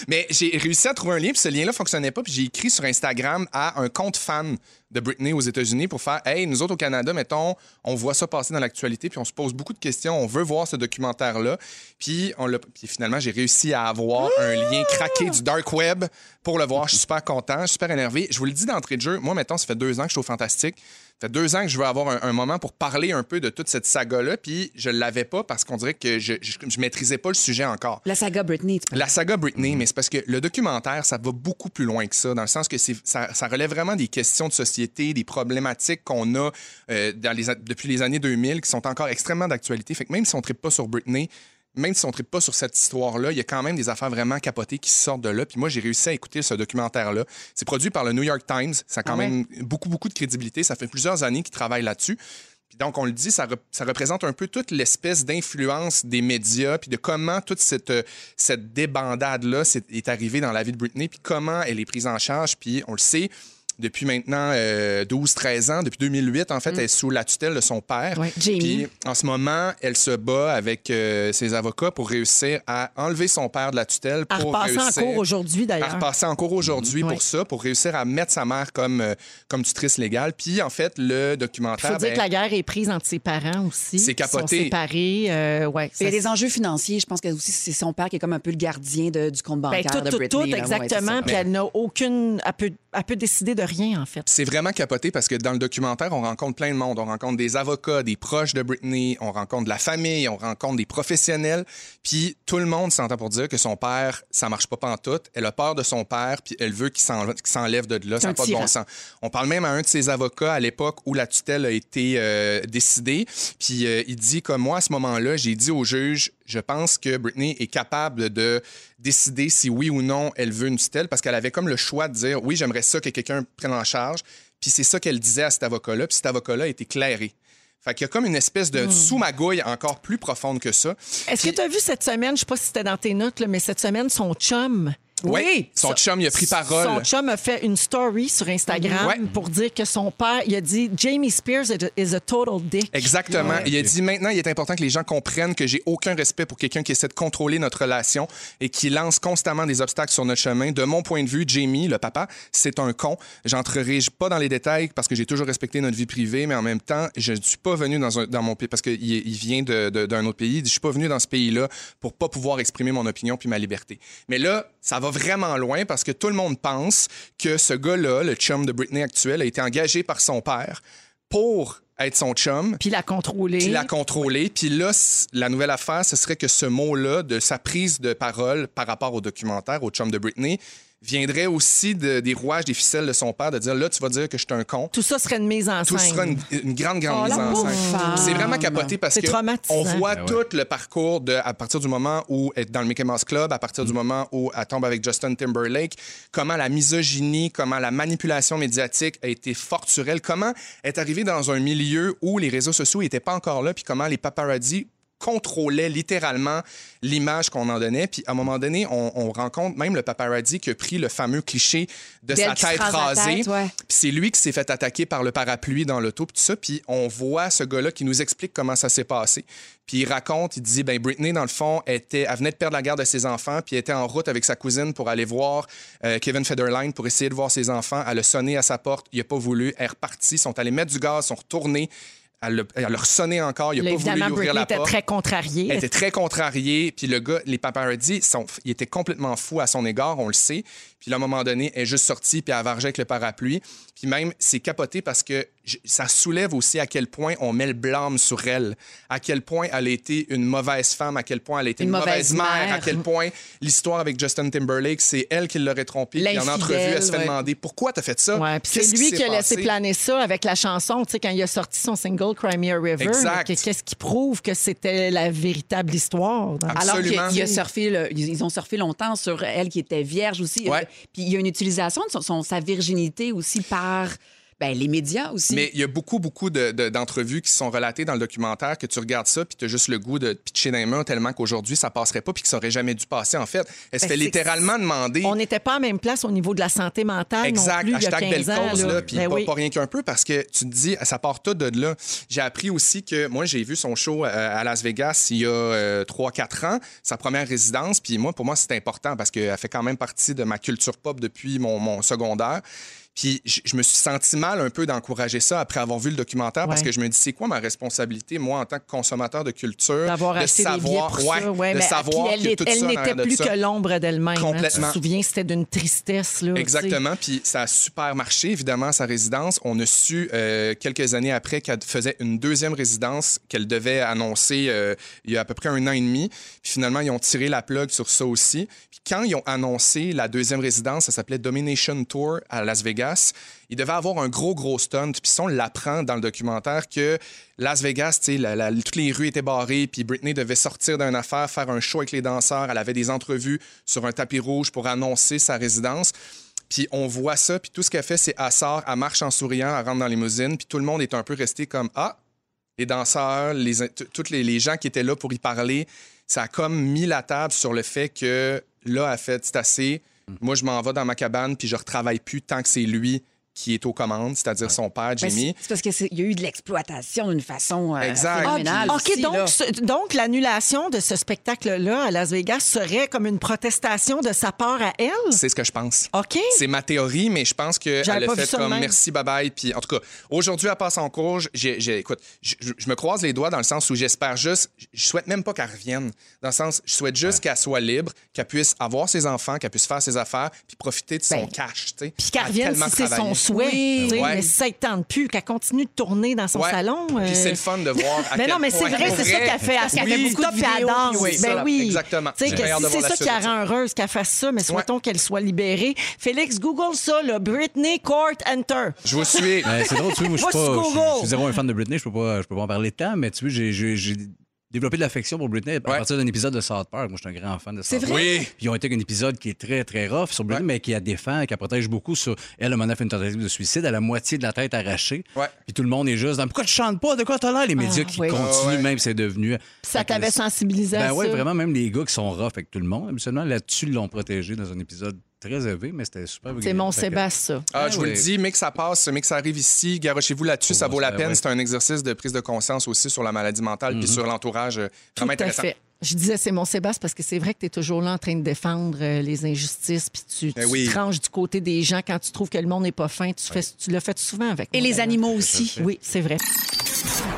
Speaker 3: Mais j'ai réussi à trouver un lien, puis ce lien-là fonctionnait pas, puis j'ai écrit sur Instagram à un compte fan de Britney aux États-Unis pour faire Hey, nous autres au Canada, mettons, on voit ça passer dans l'actualité, puis on se pose beaucoup de questions, on veut voir ce documentaire-là. Puis, on l'a- puis finalement, j'ai réussi à avoir un lien craqué du Dark Web pour le voir. Je suis super content, je suis super énervé. Je vous le dis d'entrée de jeu, moi, mettons, ça fait deux ans que je suis au Fantastique. Ça fait deux ans que je veux avoir un, un moment pour parler un peu de toute cette saga-là, puis je l'avais pas parce qu'on dirait que je, je, je maîtrisais pas le sujet encore.
Speaker 1: La saga Britney, tu parles.
Speaker 3: La saga Britney, mais c'est parce que le documentaire, ça va beaucoup plus loin que ça, dans le sens que c'est- ça, ça relève vraiment des questions de société, des problématiques qu'on a euh, dans les a- depuis les années 2000 qui sont encore extrêmement d'actualité. Fait que même si on ne traite pas sur Britney, même si on ne traite pas sur cette histoire-là, il y a quand même des affaires vraiment capotées qui sortent de là. Puis moi, j'ai réussi à écouter ce documentaire-là. C'est produit par le New York Times. Ça a quand même beaucoup, beaucoup de crédibilité. Ça fait plusieurs années qu'ils travaillent là-dessus. Puis donc, on le dit, ça, rep- ça représente un peu toute l'espèce d'influence des médias, puis de comment toute cette, euh, cette débandade-là c'est- est, arrivée dans la vie de Britney, puis comment elle est prise en charge. Puis on le sait, depuis maintenant 12-13 ans, depuis 2008, en fait, elle est sous la tutelle de son père.
Speaker 2: Mm. Ouais, Jamie.
Speaker 3: Puis en ce moment, elle se bat avec euh, ses avocats pour réussir à enlever son père de la tutelle.
Speaker 2: À
Speaker 3: Pour
Speaker 2: repasser en
Speaker 3: réussir-
Speaker 2: cours aujourd'hui,
Speaker 3: à
Speaker 2: d'ailleurs.
Speaker 3: repasser en cours aujourd'hui
Speaker 2: Mhm.
Speaker 3: pour
Speaker 2: E Ouais.
Speaker 3: ça, pour réussir à mettre sa mère comme, euh, comme tutrice légale. Puis, en fait, le
Speaker 2: Il
Speaker 3: documentaire...
Speaker 2: faut dire
Speaker 3: ben,
Speaker 2: que la guerre est prise entre ses parents aussi.
Speaker 3: C'est
Speaker 2: qui
Speaker 3: capoté.
Speaker 2: sont séparés. euh, ouais,
Speaker 1: Il y a
Speaker 2: ça-
Speaker 1: des enjeux financiers. Je pense que aussi c'est son père qui est comme un peu le gardien de- du compte
Speaker 2: Ben,
Speaker 1: bancaire
Speaker 2: tout,
Speaker 1: de
Speaker 2: tout,
Speaker 1: Britney.
Speaker 2: tout,
Speaker 1: là. Ouais, c'est ça.
Speaker 2: exactement. Puis elle n'a aucune. Elle peut, elle peut décider de rien, en fait.
Speaker 3: C'est vraiment capoté parce que dans le documentaire, on rencontre plein de monde. On rencontre des avocats, des proches de Britney, on rencontre de la famille, on rencontre des professionnels. Puis tout le monde s'entend pour dire que son père, ça marche pas pantoute. Elle a peur de son père, puis elle veut qu'il s'en- qu'il s'enlève de là. Ça
Speaker 1: un
Speaker 3: n'a pas de
Speaker 1: tyran.
Speaker 3: bon sens. On parle même à un de ses avocats à l'époque où la tutelle a été euh, décidée. Puis euh, il dit comme moi, à ce moment-là, j'ai dit au juge, je pense que Britney est capable de décider si oui ou non elle veut une tutelle parce qu'elle avait comme le choix de dire oui, j'aimerais ça que quelqu'un prenne en charge. Puis c'est ça qu'elle disait à cet avocat-là. Puis cet avocat-là a été clairé. Fait qu'il y a comme une espèce de sous-magouille encore plus profonde que ça.
Speaker 2: Est-ce que tu as vu cette semaine, je ne sais pas si c'était dans tes notes, là, mais cette semaine, son chum.
Speaker 3: Ouais, son chum, il a pris parole.
Speaker 2: Son chum a fait une story sur Instagram
Speaker 3: Ouais.
Speaker 2: pour dire que son père, il a dit Jamie Spears is a- is a total dick.
Speaker 3: Exactement. Il a dit maintenant, il est important que les gens comprennent que j'ai aucun respect pour quelqu'un qui essaie de contrôler notre relation et qui lance constamment des obstacles sur notre chemin. De mon point de vue, Jamie, le papa, c'est un con. J'entrerai pas dans les détails parce que j'ai toujours respecté notre vie privée, mais en même temps, je ne suis pas venu dans, un- dans mon pays parce qu'il il vient de- de- d'un autre pays. Il dit, Je suis pas venu dans ce pays-là pour pas pouvoir exprimer mon opinion puis ma liberté. Mais là, ça va vraiment loin parce que tout le monde pense que ce gars-là, le chum de Britney actuel, a été engagé par son père pour être son chum
Speaker 2: Puis il a contrôlé.
Speaker 3: puis la contrôler. Puis là, c- la nouvelle affaire, ce serait que ce mot-là, de sa prise de parole par rapport au documentaire, au chum de Britney, viendrait aussi de- des rouages, des ficelles de son père, de dire là, tu vas dire que je suis un con.
Speaker 2: Tout ça serait une mise en
Speaker 3: Tout
Speaker 2: scène.
Speaker 3: sera une, une grande, grande
Speaker 1: Oh,
Speaker 3: mise
Speaker 1: la
Speaker 3: en
Speaker 1: pauvre
Speaker 3: scène.
Speaker 1: femme.
Speaker 3: C'est vraiment capoté parce
Speaker 2: C'est
Speaker 3: que
Speaker 2: traumatisant.
Speaker 3: on voit
Speaker 4: Ben ouais.
Speaker 3: tout le parcours de, à partir du moment où elle est dans le Mickey Mouse Club, à partir du
Speaker 4: Mm.
Speaker 3: moment où elle tombe avec Justin Timberlake, comment la misogynie, comment la manipulation médiatique a été forte sur elle, comment elle est arrivée dans un milieu où les réseaux sociaux n'étaient pas encore là, puis comment les paparazzis contrôlaient littéralement l'image qu'on en donnait. Puis à un moment donné, on, on rencontre même le paparazzi qui a pris le fameux cliché de
Speaker 1: D'elle
Speaker 3: sa
Speaker 1: qui se
Speaker 3: tête
Speaker 1: rase la
Speaker 3: rasée.
Speaker 1: tête, ouais.
Speaker 3: Puis c'est lui qui s'est fait attaquer par le parapluie dans l'auto, puis tout ça. Puis on voit ce gars-là qui nous explique comment ça s'est passé. Puis il raconte, il dit, ben Britney, dans le fond, était, elle venait de perdre la garde de ses enfants, puis elle était en route avec sa cousine pour aller voir euh, Kevin Federline pour essayer de voir ses enfants. Elle a sonné à sa porte, il n'a pas voulu. Elle est repartie, sont allés mettre du gaz, sont retournés. Elle, a- elle leur sonnait encore, il
Speaker 2: Là,
Speaker 3: n'a pas voulu lui
Speaker 2: évidemment,
Speaker 3: ouvrir
Speaker 2: Britney
Speaker 3: la
Speaker 2: était
Speaker 3: porte.
Speaker 2: très contrariée.
Speaker 3: Elle était très contrariée. Puis le gars, les paparazzis, sont, il était complètement fou à son égard, on le sait. Puis là, à un moment donné, elle est juste sortie, puis elle vargeait avec le parapluie. Puis même, c'est capoté parce que j- ça soulève aussi à quel point on met le blâme sur elle, à quel point elle a été une mauvaise femme, à quel point elle a été
Speaker 1: Une
Speaker 3: une, mauvaise,
Speaker 1: mauvaise
Speaker 3: mère, à
Speaker 1: mère.
Speaker 3: quel point l'histoire avec Justin Timberlake, c'est elle qui l'aurait trompé. Puis en
Speaker 1: L'infidèle,
Speaker 3: entrevue, elle se fait
Speaker 1: ouais.
Speaker 3: demander pourquoi t'as fait ça.
Speaker 2: Ouais, puis
Speaker 3: Qu'est-ce
Speaker 2: c'est lui
Speaker 3: s'est
Speaker 2: qui a laissé
Speaker 3: passé?
Speaker 2: planer ça avec la chanson, tu sais, quand il a sorti son single Michael, Crimea River.
Speaker 3: Exact.
Speaker 2: mais que- Qu'est-ce qui prouve que c'était la véritable histoire? dans-
Speaker 3: Absolument.
Speaker 1: Alors qu'il il a surfé, le- ils ont surfé longtemps sur elle qui était vierge aussi.
Speaker 3: Ouais.
Speaker 1: Puis il y a une utilisation de son, son- sa virginité aussi par ben, les médias aussi.
Speaker 3: Mais il y a beaucoup, beaucoup de- de- d'entrevues qui sont relatées dans le documentaire que tu regardes ça, puis tu as juste le goût de te pitcher dans les mains tellement qu'aujourd'hui, ça passerait pas, puis que ça aurait jamais dû passer, en fait. Elle se fait
Speaker 2: Ben, c'est-
Speaker 3: littéralement demander.
Speaker 2: On n'était pas à même place au niveau de la santé mentale non
Speaker 3: Exact,
Speaker 2: plus
Speaker 3: hashtag
Speaker 2: il y a 15
Speaker 3: belle
Speaker 2: ans.
Speaker 3: cause,
Speaker 2: là.
Speaker 3: là, puis
Speaker 2: Ben
Speaker 3: pas,
Speaker 2: oui.
Speaker 3: pas rien qu'un peu, parce que tu te dis, ça part tout de là. J'ai appris aussi que moi, j'ai vu son show euh, à Las Vegas il y a 3-4 ans, sa première résidence, puis moi, pour moi, c'est important parce qu'elle fait quand même partie de ma culture pop depuis mon, mon secondaire. Puis je je me suis senti mal un peu d'encourager ça après avoir vu le documentaire parce
Speaker 2: Ouais.
Speaker 3: que je me dis c'est quoi ma responsabilité moi en tant que consommateur de culture
Speaker 2: D'avoir
Speaker 3: de
Speaker 2: acheté des billets pour
Speaker 3: ouais,
Speaker 2: ça. ouais,
Speaker 3: de
Speaker 2: mais- ah,
Speaker 3: savoir
Speaker 2: puis elle
Speaker 3: que
Speaker 2: est-
Speaker 3: tout
Speaker 2: elle
Speaker 3: ça en
Speaker 2: n'était
Speaker 3: arrière de
Speaker 2: plus
Speaker 3: ça.
Speaker 2: que l'ombre d'elle-même. hein.
Speaker 3: Complètement.
Speaker 2: Tu te souviens, c'était d'une tristesse. Là, tu sais.
Speaker 3: Exactement. Puis ça a super marché, évidemment, sa résidence. On a su euh, quelques années après qu'elle faisait une deuxième résidence qu'elle devait annoncer euh, il y a à peu près un an et demi. Puis finalement, ils ont tiré la plug sur ça aussi. Puis quand ils ont annoncé la deuxième résidence, ça s'appelait Domination Tour à Las Vegas. Il devait avoir un gros, gros stunt. Puis ça, on l'apprend dans le documentaire que Las Vegas, tu sais, la- la- toutes les rues étaient barrées, puis Britney devait sortir d'une affaire, faire un show avec les danseurs. Elle avait des entrevues sur un tapis rouge pour annoncer sa résidence. Puis on voit ça, puis tout ce qu'elle fait, c'est elle sort, elle marche en souriant, elle rentre dans l'imousine, puis tout le monde est un peu resté comme Ah, les danseurs, les, t- toutes les, les gens qui étaient là pour y parler, ça a comme mis la table sur le fait que là, elle fait, c'est assez. Moi, je m'en vais dans ma cabane, puis je retravaille plus tant que c'est lui qui est aux commandes, c'est-à-dire son père,
Speaker 1: Ben,
Speaker 3: Jimmy.
Speaker 1: c'est c'est parce qu'il y a eu de l'exploitation d'une façon euh,
Speaker 3: Exact.
Speaker 1: phénoménale.
Speaker 2: OK,
Speaker 1: aussi, là.
Speaker 2: Ah, donc, ce- donc l'annulation de ce spectacle-là à Las Vegas serait comme une protestation de sa part à elle?
Speaker 3: C'est ce que je pense.
Speaker 2: OK.
Speaker 3: C'est ma théorie, mais je pense qu'elle
Speaker 2: J'avais pas
Speaker 3: a
Speaker 2: vu
Speaker 3: fait
Speaker 2: ça de
Speaker 3: comme
Speaker 2: même.
Speaker 3: merci, bye bye. Puis en tout cas, aujourd'hui, elle passe en cours. J'ai, j'ai- écoute, je, je- je me croise les doigts dans le sens où j'espère juste, je- je souhaite même pas qu'elle revienne. Dans le sens, je souhaite juste qu'elle soit libre, qu'elle puisse avoir ses enfants, qu'elle puisse faire ses affaires, puis profiter de son
Speaker 2: Ben,
Speaker 3: cash. tu sais.
Speaker 2: Puis qu'elle
Speaker 3: Elle a
Speaker 2: revienne
Speaker 3: tellement
Speaker 2: si c'est son
Speaker 3: travaillé.
Speaker 2: souhait. tu sais,
Speaker 3: Ouais.
Speaker 2: Mais si ça ne tente plus, qu'elle continue de tourner dans son
Speaker 3: Ouais.
Speaker 2: salon. euh,
Speaker 3: Puis c'est le fun de voir. à
Speaker 2: Mais
Speaker 3: quel
Speaker 2: non, mais c'est
Speaker 3: point
Speaker 2: vrai,
Speaker 3: elle
Speaker 2: c'est ça
Speaker 3: pourrait-
Speaker 2: qu'elle fait. Elle se
Speaker 1: qu'elle
Speaker 2: fait
Speaker 1: fait
Speaker 2: beaucoup de
Speaker 1: vidéos,
Speaker 2: vidéos.
Speaker 1: puis oui,
Speaker 2: ben
Speaker 3: ça,
Speaker 2: oui.
Speaker 3: exactement.
Speaker 2: Tu sais,
Speaker 3: J'ai
Speaker 2: que
Speaker 3: hâte de
Speaker 2: si
Speaker 3: voir
Speaker 2: c'est
Speaker 3: la
Speaker 2: ça qui
Speaker 3: suite
Speaker 2: la
Speaker 3: de ça.
Speaker 2: rend heureuse, qu'elle fasse ça, mais souhaitons qu'elle soit libérée. Félix, Google ça, là. Britney Court Enter.
Speaker 3: Je vous suis.
Speaker 4: Ben, c'est drôle, tu vois, moi, je suis
Speaker 2: Moi,
Speaker 4: pas.
Speaker 2: c'est
Speaker 4: je suis-
Speaker 2: Google.
Speaker 4: Je suis zéro un fan de Britney, je peux pas, je peux pas en parler tant, mais tu vois, j'ai- j'ai j'ai développé de l'affection pour Britney à
Speaker 3: Ouais.
Speaker 4: partir d'un épisode de South Park. Moi, je suis un grand fan de South Park.
Speaker 3: vrai? Oui.
Speaker 4: Puis ils ont été avec un épisode qui est très, très rough sur Britney, mais qui la défend, qui la protège beaucoup sur. Elle, a moment donné, elle fait une tentative de suicide, elle a la moitié de la tête arrachée.
Speaker 3: Ouais.
Speaker 4: Puis tout le monde est juste dans Pourquoi tu chantes pas? De quoi t'as l'air? Les médias qui
Speaker 2: oui.
Speaker 4: continuent,
Speaker 3: Ah ouais.
Speaker 4: même, c'est devenu.
Speaker 2: Ça
Speaker 4: Fait que
Speaker 2: t'avait
Speaker 4: c'est-
Speaker 2: sensibilisé à
Speaker 4: Ben oui,
Speaker 2: ça.
Speaker 4: vraiment, même les gars qui sont rough avec tout le monde. Habituellement, là-dessus, ils l'ont protégé dans un épisode très élevé, mais c'était super.
Speaker 2: C'est
Speaker 4: vulgaire.
Speaker 2: mon
Speaker 4: Fait que-
Speaker 2: Sébastien, ça.
Speaker 3: Ah,
Speaker 4: Ah
Speaker 3: je vous le
Speaker 4: oui.
Speaker 3: dis, mais que ça passe, mais que ça arrive ici, garochez-vous là-dessus, ça vaut la
Speaker 4: ça,
Speaker 3: peine.
Speaker 4: ouais. Mm-hmm.
Speaker 3: C'est un exercice de prise de conscience aussi sur la maladie mentale puis sur l'entourage. euh,
Speaker 2: Tout
Speaker 3: Vraiment
Speaker 2: à
Speaker 3: intéressant.
Speaker 2: fait. Je disais, c'est mon Sébastien parce que c'est vrai que tu es toujours là en train de défendre euh, les injustices, puis tu,
Speaker 3: Ben
Speaker 2: tu
Speaker 3: oui.
Speaker 2: te ranges du côté des gens quand tu trouves que le monde n'est pas fin. Tu, fais, tu le fais souvent avec
Speaker 1: Et
Speaker 2: moi,
Speaker 1: les
Speaker 2: d'ailleurs.
Speaker 1: animaux aussi.
Speaker 2: Oui, c'est vrai.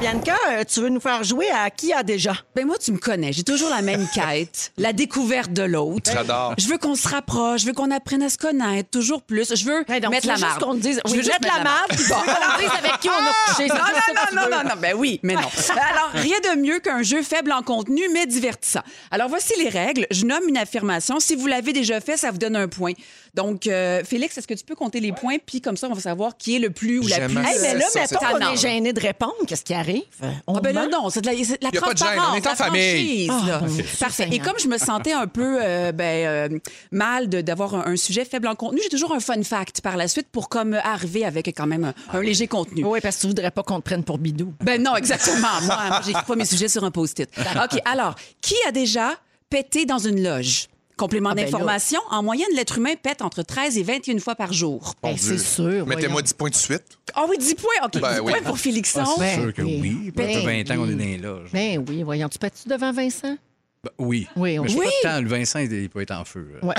Speaker 2: Bianca, euh, tu veux nous faire jouer à qui a déjà?
Speaker 1: Ben moi, tu me connais. J'ai toujours la même quête, la découverte de l'autre.
Speaker 3: J'adore.
Speaker 1: Je veux qu'on se rapproche, je veux qu'on apprenne à se connaître toujours plus. Je veux
Speaker 2: Hey, Ben, donc,
Speaker 1: mettre
Speaker 2: tu veux
Speaker 1: la
Speaker 2: juste
Speaker 1: marde.
Speaker 2: qu'on te dise-
Speaker 1: Je
Speaker 2: oui,
Speaker 1: veux juste
Speaker 2: mettre la marde, puis bon.
Speaker 1: Tu veux qu'on dise avec qui on a couché.
Speaker 2: c'est
Speaker 1: Non,
Speaker 2: juste ça que tu
Speaker 1: non, non,
Speaker 2: veux.
Speaker 1: non, non, non. Ben oui, mais non. Alors, rien de mieux qu'un jeu faible en contenu, mais divertissant. Alors, voici les règles. Je nomme une affirmation. Si vous l'avez déjà fait, ça vous donne un point. Donc, euh, Félix, est-ce que tu peux compter les points? Puis comme ça, on va savoir qui est le plus ou la
Speaker 3: J'aime
Speaker 1: plus...
Speaker 3: ça,
Speaker 2: Eh bien
Speaker 3: C'est
Speaker 2: là,
Speaker 3: ça, c'est
Speaker 2: mettons
Speaker 1: ça.
Speaker 2: qu'on est gêné de répondre, qu'est-ce qui arrive? On
Speaker 1: Ah ben là,
Speaker 2: ment?
Speaker 1: non, c'est de la, c'est de la
Speaker 3: Y a pas de gêne,
Speaker 1: transparence,
Speaker 3: on est en
Speaker 1: la
Speaker 3: famille.
Speaker 1: franchise, là.
Speaker 2: Ah, oui.
Speaker 1: Parfait. Et
Speaker 2: Seigneur.
Speaker 1: comme je me sentais un peu euh, ben, euh, mal de- d'avoir un, un sujet faible en contenu, j'ai toujours un fun fact par la suite pour comme arriver avec quand même un,
Speaker 3: Ah,
Speaker 1: un léger contenu.
Speaker 2: Oui, parce que tu voudrais pas qu'on te prenne pour bidou.
Speaker 1: Ben non, exactement. Moi, moi j'écris pas mes sujets sur un post-it. OK, alors, qui a déjà pété dans une loge? Complément
Speaker 2: Ah, ben là.
Speaker 1: d'information, en moyenne, l'être humain pète entre 13 et 21 fois par jour.
Speaker 2: Ben,
Speaker 3: Dieu.
Speaker 2: c'est sûr.
Speaker 3: Mettez-moi
Speaker 2: voyons.
Speaker 3: 10 points de suite.
Speaker 1: Ah oui, 10 points. OK,
Speaker 3: Ben
Speaker 1: 10
Speaker 3: oui.
Speaker 1: points pour Félixon.
Speaker 4: Ah, c'est
Speaker 2: Ben
Speaker 4: sûr que
Speaker 2: oui.
Speaker 4: oui.
Speaker 2: Ben
Speaker 4: Après 20 ans qu'on est dans les loges.
Speaker 2: Ben oui, voyons. Tu pètes-tu devant Vincent?
Speaker 4: Ben oui.
Speaker 2: Oui, on-
Speaker 4: Mais je suis
Speaker 1: Oui.
Speaker 4: pas de temps. Le Vincent, il il peut être en feu. là.
Speaker 2: Ouais.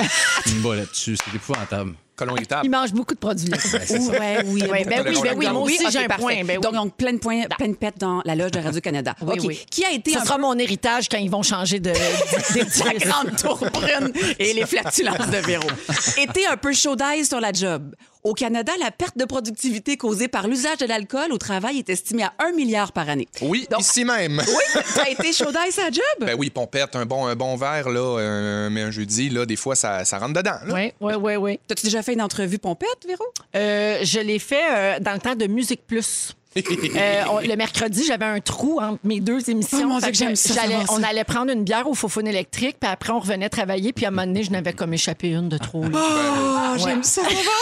Speaker 4: Il me bat là-dessus. C'est épouvantable.
Speaker 3: Colon
Speaker 1: Ah,
Speaker 3: et
Speaker 2: Il
Speaker 3: table.
Speaker 2: mange beaucoup de produits laitiers.
Speaker 1: Ouais, Ah oui,
Speaker 2: Ouais, ben
Speaker 3: oui, ben oui,
Speaker 2: moi aussi,
Speaker 1: ok,
Speaker 2: j'ai un
Speaker 1: parfait.
Speaker 2: point, ben oui.
Speaker 1: Donc, donc, plein de points, plein de pètes dans la loge de Radio-Canada.
Speaker 2: Oui,
Speaker 1: OK.
Speaker 2: oui.
Speaker 1: Qui a été
Speaker 2: Ça
Speaker 1: un
Speaker 2: sera mon héritage quand ils vont changer de d'édifice.
Speaker 1: la grande tourbrune et les flatulences de Véro. Était un peu chaud d'aise sur la job. Au Canada, la perte de productivité causée par l'usage de l'alcool au travail est estimée à 1 milliard par année.
Speaker 3: Oui,
Speaker 1: Donc-
Speaker 3: ici même.
Speaker 1: Oui, ça a été chaud d'ail, sa job.
Speaker 3: Ben oui, puis on perd un bon, un bon verre, là, euh, mais un jeudi, là, des fois, ça, ça rentre dedans. là.
Speaker 2: Oui, oui, oui, oui.
Speaker 1: T'as-tu déjà fait une entrevue pompette, Véro?
Speaker 2: Euh, je l'ai fait euh, dans le temps de Musique Plus. Euh, on- le mercredi, j'avais un trou entre mes deux émissions.
Speaker 1: Oh mon Dieu,
Speaker 2: Fait
Speaker 1: que j'aime ça,
Speaker 2: j'allais-
Speaker 1: savoir ça.
Speaker 2: On allait prendre une bière au Fofone électrique, puis après, on revenait travailler, puis à un moment donné, je n'avais comme échappé une de trop. là. Ouais.
Speaker 1: Oh, ça.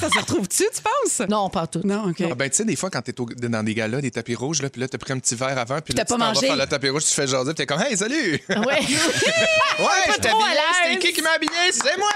Speaker 1: ça se retrouve-tu, tu penses?
Speaker 2: Non, pas tout.
Speaker 1: Non, OK.
Speaker 3: Ah ben, tu sais, des fois, quand t'es au- dans des galas, des tapis rouges, là, puis là, t'as pris un petit verre avant, puis
Speaker 1: t'as
Speaker 3: là, tu t'en
Speaker 1: pas
Speaker 3: vas
Speaker 1: mangé.
Speaker 3: faire le tapis rouge, tu fais jaser, puis t'es comme, hey, salut! ouais,
Speaker 2: Ouais.
Speaker 3: je
Speaker 2: trop à
Speaker 3: t'habille, c'est
Speaker 2: l'aise.
Speaker 3: qui qui m'a habillé? C'est moi!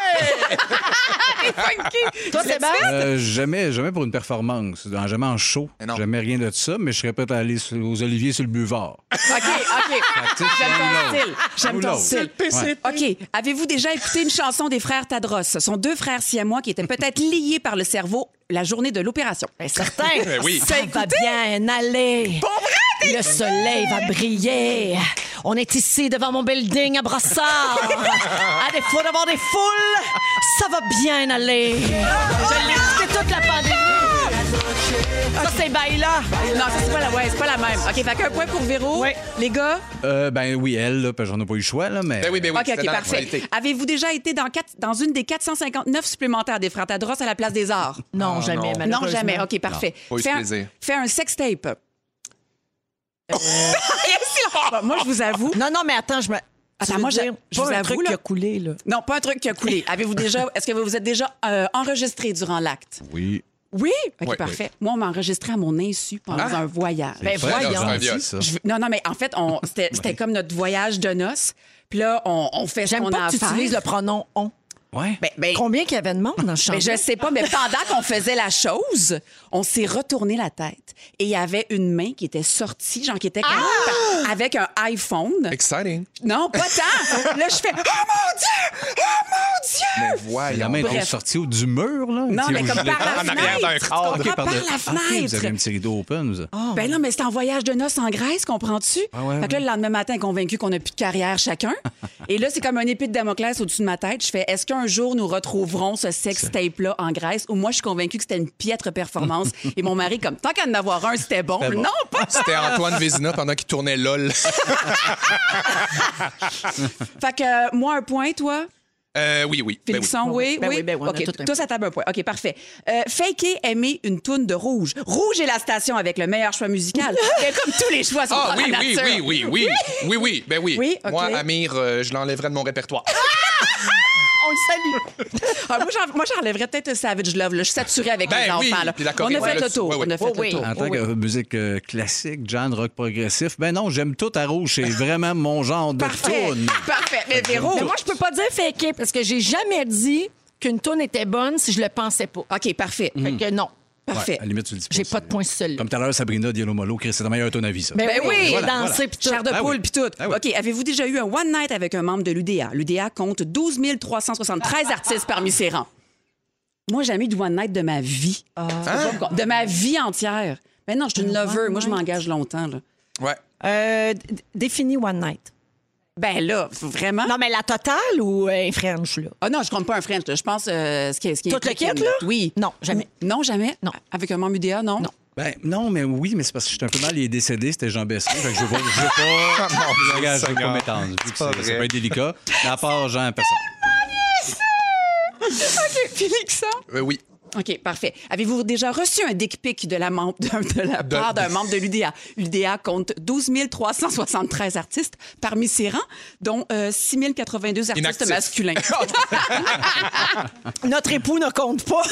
Speaker 2: Toi, c'est
Speaker 4: Euh, jamais, jamais pour une performance, dans- jamais en show,
Speaker 3: Mais non.
Speaker 4: jamais rien de ça, mais je serais peut-être allé sur- aux Oliviers sur le buvard.
Speaker 1: OK, OK.
Speaker 4: J'aime
Speaker 1: ton style.
Speaker 4: J'aime
Speaker 1: ton style. OK. Avez-vous déjà écouté une chanson des frères Tadros? Ce sont deux frères siamois qui étaient peut-être liés par le cerveau la journée de l'opération.
Speaker 2: certain.
Speaker 3: Ben oui.
Speaker 2: Ça va bien aller. Le soleil va briller. On est ici devant mon building à Brassard. à défaut d'avoir des foules, ça va bien aller. Je l'ai écouté toute la pandémie.
Speaker 1: Ah,
Speaker 2: Ça, c'est Baila.
Speaker 1: Non, ça, c'est pas la, ouais, c'est pas la même. OK, fait qu'un point pour Véro.
Speaker 2: Ouais.
Speaker 1: Les gars,
Speaker 4: Euh, ben oui, elle, là, parce que j'en ai pas eu le choix, là, mais.
Speaker 3: ben oui, ben oui,
Speaker 1: OK,
Speaker 3: c'était
Speaker 1: OK,
Speaker 3: dans la
Speaker 1: parfait.
Speaker 3: réalité.
Speaker 1: Avez-vous déjà été dans, quatre- dans une des 459 supplémentaires des frères Tadros à la place des arts?
Speaker 2: Non,
Speaker 3: Ah,
Speaker 2: jamais,
Speaker 1: Non,
Speaker 2: malheureusement.
Speaker 1: jamais. OK, parfait.
Speaker 3: Pas eu ce
Speaker 1: Fais un,
Speaker 3: plaisir. Euh.
Speaker 1: fais un sextape. Bon, moi, je vous avoue.
Speaker 2: Non, non, mais attends, je me.
Speaker 1: Attends,
Speaker 2: Tu veux
Speaker 1: moi, je-
Speaker 2: dire,
Speaker 1: je
Speaker 2: pas
Speaker 1: vous
Speaker 2: un
Speaker 1: avoue,
Speaker 2: truc
Speaker 1: là.
Speaker 2: qui a coulé, là.
Speaker 1: Non, pas un truc qui a coulé. Avez-vous déjà. Est-ce que vous vous êtes déjà euh, enregistré durant l'acte?
Speaker 4: Oui.
Speaker 1: Oui? OK,
Speaker 3: Oui,
Speaker 1: parfait. Moi, on m'a enregistré à mon insu pendant un voyage.
Speaker 2: Ben
Speaker 4: C'est très
Speaker 2: voyons.
Speaker 4: gentil, ça.
Speaker 1: Je veux- Non, non, mais en fait, on- c'était c'était comme notre voyage de noces. Puis là, on, on fait ce
Speaker 2: J'aime
Speaker 1: qu'on a
Speaker 2: pas
Speaker 1: à
Speaker 2: que tu
Speaker 1: faire.
Speaker 2: utilises le pronom on.
Speaker 4: Ouais.
Speaker 1: Ben, ben,
Speaker 2: Combien qu'il y avait de monde dans le champ?
Speaker 1: ben, je sais pas, mais pendant qu'on faisait la chose, on s'est retourné la tête. Et il y avait une main qui était sortie, genre qui était comme-
Speaker 2: Ah!
Speaker 1: avec un iPhone.
Speaker 3: Exciting.
Speaker 1: Non, pas tant. là, je fais « Oh mon Dieu! Oh mon Dieu! »
Speaker 3: Mais
Speaker 4: La
Speaker 3: voyons.
Speaker 4: main
Speaker 1: Bref.
Speaker 4: est sortie au- du mur, là.
Speaker 1: Non,
Speaker 4: Tu sais,
Speaker 1: mais
Speaker 4: où
Speaker 1: comme
Speaker 4: je l'ai-
Speaker 1: par la
Speaker 3: en arrière d'un
Speaker 1: fenêtre.
Speaker 3: cadre.
Speaker 1: Tu
Speaker 4: OK,
Speaker 1: comprends,
Speaker 4: pardon. Ah,
Speaker 1: par la
Speaker 4: OK, vous avez un
Speaker 1: fenêtre.
Speaker 4: petit rideau open, vous.
Speaker 1: Ben non, mais c'est en voyage de noces en Grèce, comprends-tu?
Speaker 4: Ah ouais,
Speaker 1: fait que là, le lendemain matin, convaincu qu'on n'a plus de carrière chacun. Et là, c'est comme un épée de Damoclès au-dessus de ma tête. Je fais, est-ce qu'un jour nous retrouverons ce sex tape-là en Grèce? Ou moi, je suis convaincue que c'était une piètre performance. Et mon mari, comme, tant qu'à en avoir un, c'était bon.
Speaker 4: C'était bon.
Speaker 1: Non, pas
Speaker 3: C'était Antoine Vézina pendant qu'il tournait LOL.
Speaker 1: Fait que euh, moi, un point, toi?
Speaker 3: Euh, oui, oui. ben oui.
Speaker 1: Félixon, oui,
Speaker 2: Ben
Speaker 1: oui.
Speaker 2: oui, ben oui, on a
Speaker 1: OK,
Speaker 2: tout un
Speaker 1: toi, ça tape un point. OK, parfait. Euh, faker aimer une toune de rouge. Rouge est la station avec le meilleur choix musical. Mais comme tous les choix sont
Speaker 3: Ah
Speaker 1: dans
Speaker 3: oui,
Speaker 1: la
Speaker 3: oui,
Speaker 1: nature.
Speaker 3: oui, oui, oui. Oui, oui, ben oui.
Speaker 1: Oui, ok.
Speaker 3: Moi, Amir, euh, je l'enlèverais de mon répertoire.
Speaker 2: On le salue.
Speaker 1: Ah, moi, j'en- moi, j'enlèverais peut-être le Savage Love. là. Je suis saturée avec
Speaker 3: Ben
Speaker 1: les
Speaker 3: oui,
Speaker 1: enfants. là.
Speaker 3: puis la
Speaker 1: On
Speaker 3: Corée
Speaker 1: a
Speaker 3: du Nord,
Speaker 1: fait le
Speaker 3: là-dessus.
Speaker 1: tour.
Speaker 3: Ouais,
Speaker 1: On a
Speaker 3: ouais.
Speaker 1: fait
Speaker 2: Oui,
Speaker 1: le
Speaker 2: oui.
Speaker 1: tour.
Speaker 4: En tant
Speaker 2: Oh,
Speaker 4: que euh, musique euh, classique, genre rock progressif, ben non, j'aime tout à rouge. C'est vraiment mon genre de
Speaker 1: Parfait.
Speaker 4: tune.
Speaker 1: Parfait. Mais Véro,
Speaker 2: Mais moi, je peux pas dire faker parce que j'ai jamais dit qu'une tourne était bonne si je le pensais pas.
Speaker 1: OK, parfait.
Speaker 2: Fait que non,
Speaker 1: Parfait.
Speaker 4: Ouais, à la limite, tu le dis
Speaker 2: j'ai
Speaker 4: c'est-
Speaker 2: pas de point sur celui-là.
Speaker 4: Comme tout à l'heure, Sabrina Diallo Molo, Chris, c'est la meilleure ton avis, ça.
Speaker 2: Ben,
Speaker 1: Ben oui,
Speaker 2: oui,
Speaker 1: voilà,
Speaker 2: danser puis tout. Ben
Speaker 1: Chair de
Speaker 4: Ah
Speaker 1: poule
Speaker 4: oui.
Speaker 1: puis tout.
Speaker 4: Ah oui.
Speaker 1: OK, avez-vous déjà eu un one night avec un membre de l'UDA? L'UDA compte 12 373 artistes parmi ses rangs. Moi, j'ai jamais eu de one night de ma vie. De ma vie entière. Mais non, je suis une
Speaker 2: Ah. Hein? Un
Speaker 1: lover.
Speaker 2: one
Speaker 1: Moi, je
Speaker 2: night.
Speaker 1: m'engage longtemps. Là.
Speaker 3: Ouais.
Speaker 2: Euh, d- définis one night.
Speaker 1: Ben là, faut vraiment.
Speaker 2: Non, mais la totale ou euh, un French, là?
Speaker 1: Ah non, je compte pas un French. là. Je pense euh, ce qui est. ce qui est-
Speaker 2: Tout le kit, là?
Speaker 1: Oui.
Speaker 2: Non, jamais.
Speaker 1: Non, jamais?
Speaker 2: Non.
Speaker 1: Avec un membre UDA, non?
Speaker 2: Non.
Speaker 4: Ben, non, mais oui, mais c'est parce que je suis un peu mal, il est décédé, c'était Jean Besson. Fait que je veux pas, je veux pas,
Speaker 3: Ah, mon Dieu,
Speaker 4: je regarde, je veux
Speaker 3: Seigneur.
Speaker 4: pas m'étendre. vu que
Speaker 3: pas
Speaker 4: C'est
Speaker 3: vrai.
Speaker 4: c'est pas délicat. Mais à part Jean Besson.
Speaker 1: Félixon?
Speaker 3: Euh, oui.
Speaker 1: OK, parfait. Avez-vous déjà reçu un dick pic de la, membre, de, de la
Speaker 3: De-
Speaker 1: part d'un membre de l'UDA? L'UDA compte 12 373 artistes parmi ses rangs, dont euh, 6 082 artistes
Speaker 3: Inactifs.
Speaker 1: masculins.
Speaker 2: Notre époux ne compte pas.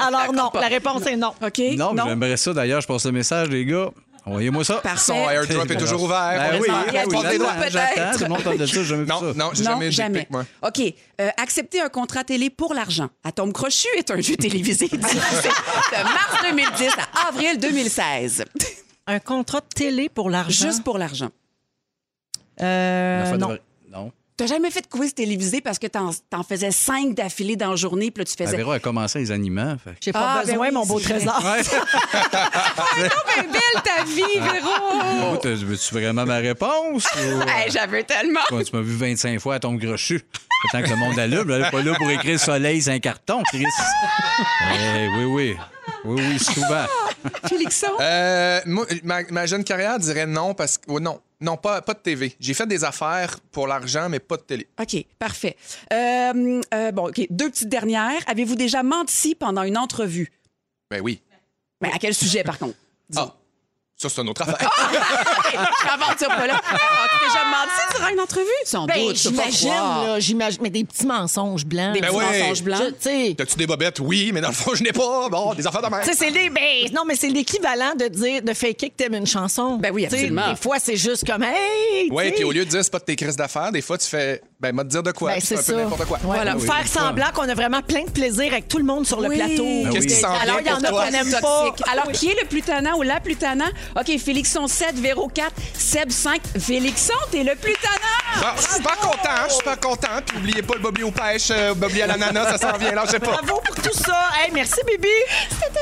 Speaker 2: Alors non, la réponse est non.
Speaker 1: OK?
Speaker 4: Non, mais j'aimerais ça d'ailleurs, je passe le message, les gars. Envoyez-moi ça.
Speaker 1: Parfait.
Speaker 3: Son airdrop est toujours ouvert.
Speaker 4: Ben oui,
Speaker 1: Parfait.
Speaker 4: ben oui,
Speaker 1: Parfait.
Speaker 4: j'attends,
Speaker 1: Peut-être.
Speaker 4: j'attends, tout le monde parle de ça, j'ai jamais vu
Speaker 3: Non,
Speaker 4: ça.
Speaker 3: non, j'ai
Speaker 1: Non,
Speaker 3: jamais eu de
Speaker 1: jamais.
Speaker 3: dick pic, moi.
Speaker 1: OK. euh, accepter un contrat télé pour l'argent. À tombe crochu est un jeu télévisé diffusé de mars 2010 à avril 2016.
Speaker 2: Un contrat de télé pour l'argent.
Speaker 1: Juste pour l'argent.
Speaker 2: Euh,
Speaker 4: La fois de
Speaker 2: non.
Speaker 4: vrai- Non.
Speaker 1: T'as- T'as jamais fait de quiz télévisé parce que t'en, t'en faisais cinq d'affilée dans la journée, puis là, tu
Speaker 4: La
Speaker 1: faisais.
Speaker 4: Ah, Véro a commencé les animants. fait que-
Speaker 2: J'ai pas
Speaker 1: Ah, ben
Speaker 2: besoin,
Speaker 1: oui,
Speaker 2: mon beau
Speaker 1: c'est vrai.
Speaker 2: trésor.
Speaker 1: Ben, belle ta vie, Véro!
Speaker 4: Oh, t'as- Veux-tu vraiment ma réponse? ou-
Speaker 1: Hey, j'avais tellement.
Speaker 4: Quand tu m'as vu 25 fois à ton grochu. Tant que le monde allume, elle est pas là pour écrire soleil sur un carton, Chris. Eh, oui, oui. Oui, oui, souvent.
Speaker 1: Félixon?
Speaker 3: Euh, moi, ma, ma jeune carrière dirait non parce que. oh, non, non, pas, pas de TV. J'ai fait des affaires pour l'argent, mais pas de télé.
Speaker 1: OK, parfait. Euh, euh, bon, OK, deux petites dernières. Avez-vous déjà menti pendant une entrevue?
Speaker 3: Ben oui.
Speaker 1: Mais à quel sujet, par contre?
Speaker 3: Ah. Ça, c'est une autre affaire.
Speaker 2: Ah!
Speaker 1: Hey,
Speaker 3: Ah!
Speaker 1: je m'aventure pas là. As-tu déjà menti durant une entrevue? Sans
Speaker 2: Ben,
Speaker 1: doute, je peux pas
Speaker 2: j'imagine,
Speaker 1: croire.
Speaker 2: là, j'imagine. Mais des petits mensonges blancs.
Speaker 1: Des
Speaker 3: Ben
Speaker 1: petits
Speaker 3: ouais.
Speaker 1: mensonges blancs.
Speaker 2: Je- tu sais,
Speaker 3: T'as-tu des bobettes? Oui, mais dans le fond, je n'ai pas. Bon, des affaires de merde.
Speaker 2: Tu sais, c'est les- ben, non, mais c'est l'équivalent de dire, de faker que t'aimes une chanson.
Speaker 1: Ben oui,
Speaker 2: Tu sais,
Speaker 1: absolument.
Speaker 2: Des fois, c'est juste comme, hey! tu
Speaker 3: Oui,
Speaker 2: sais.
Speaker 3: puis au lieu de dire c'est pas de tes crises d'affaires, des fois, tu fais. Ben, m'a te dire de quoi.
Speaker 2: Ben,
Speaker 3: Puis c'est
Speaker 2: c'est
Speaker 3: un
Speaker 2: ça.
Speaker 3: peu n'importe quoi.
Speaker 2: Voilà. Faire semblant qu'on a vraiment plein de plaisir avec tout le monde sur le
Speaker 1: Oui.
Speaker 2: plateau.
Speaker 1: Ben
Speaker 3: Qu'est-ce qui
Speaker 4: oui.
Speaker 3: s'en
Speaker 2: Alors,
Speaker 3: vient
Speaker 2: il y en
Speaker 3: pour
Speaker 2: a
Speaker 3: toi?
Speaker 2: qu'on aime pas.
Speaker 1: Toxique. Alors, qui est le plus tannant ou la plus tannant? OK, Félixon 7, Véro 4, Seb 5. Félixon, t'es le plus tannant!
Speaker 3: Ah, je suis pas content, hein, je suis pas content. Puis oubliez pas le bobli aux pêches, euh, bobli à l'ananas, ça s'en vient, là, je sais pas.
Speaker 2: Bravo pour tout ça. Hey, merci, Bibi.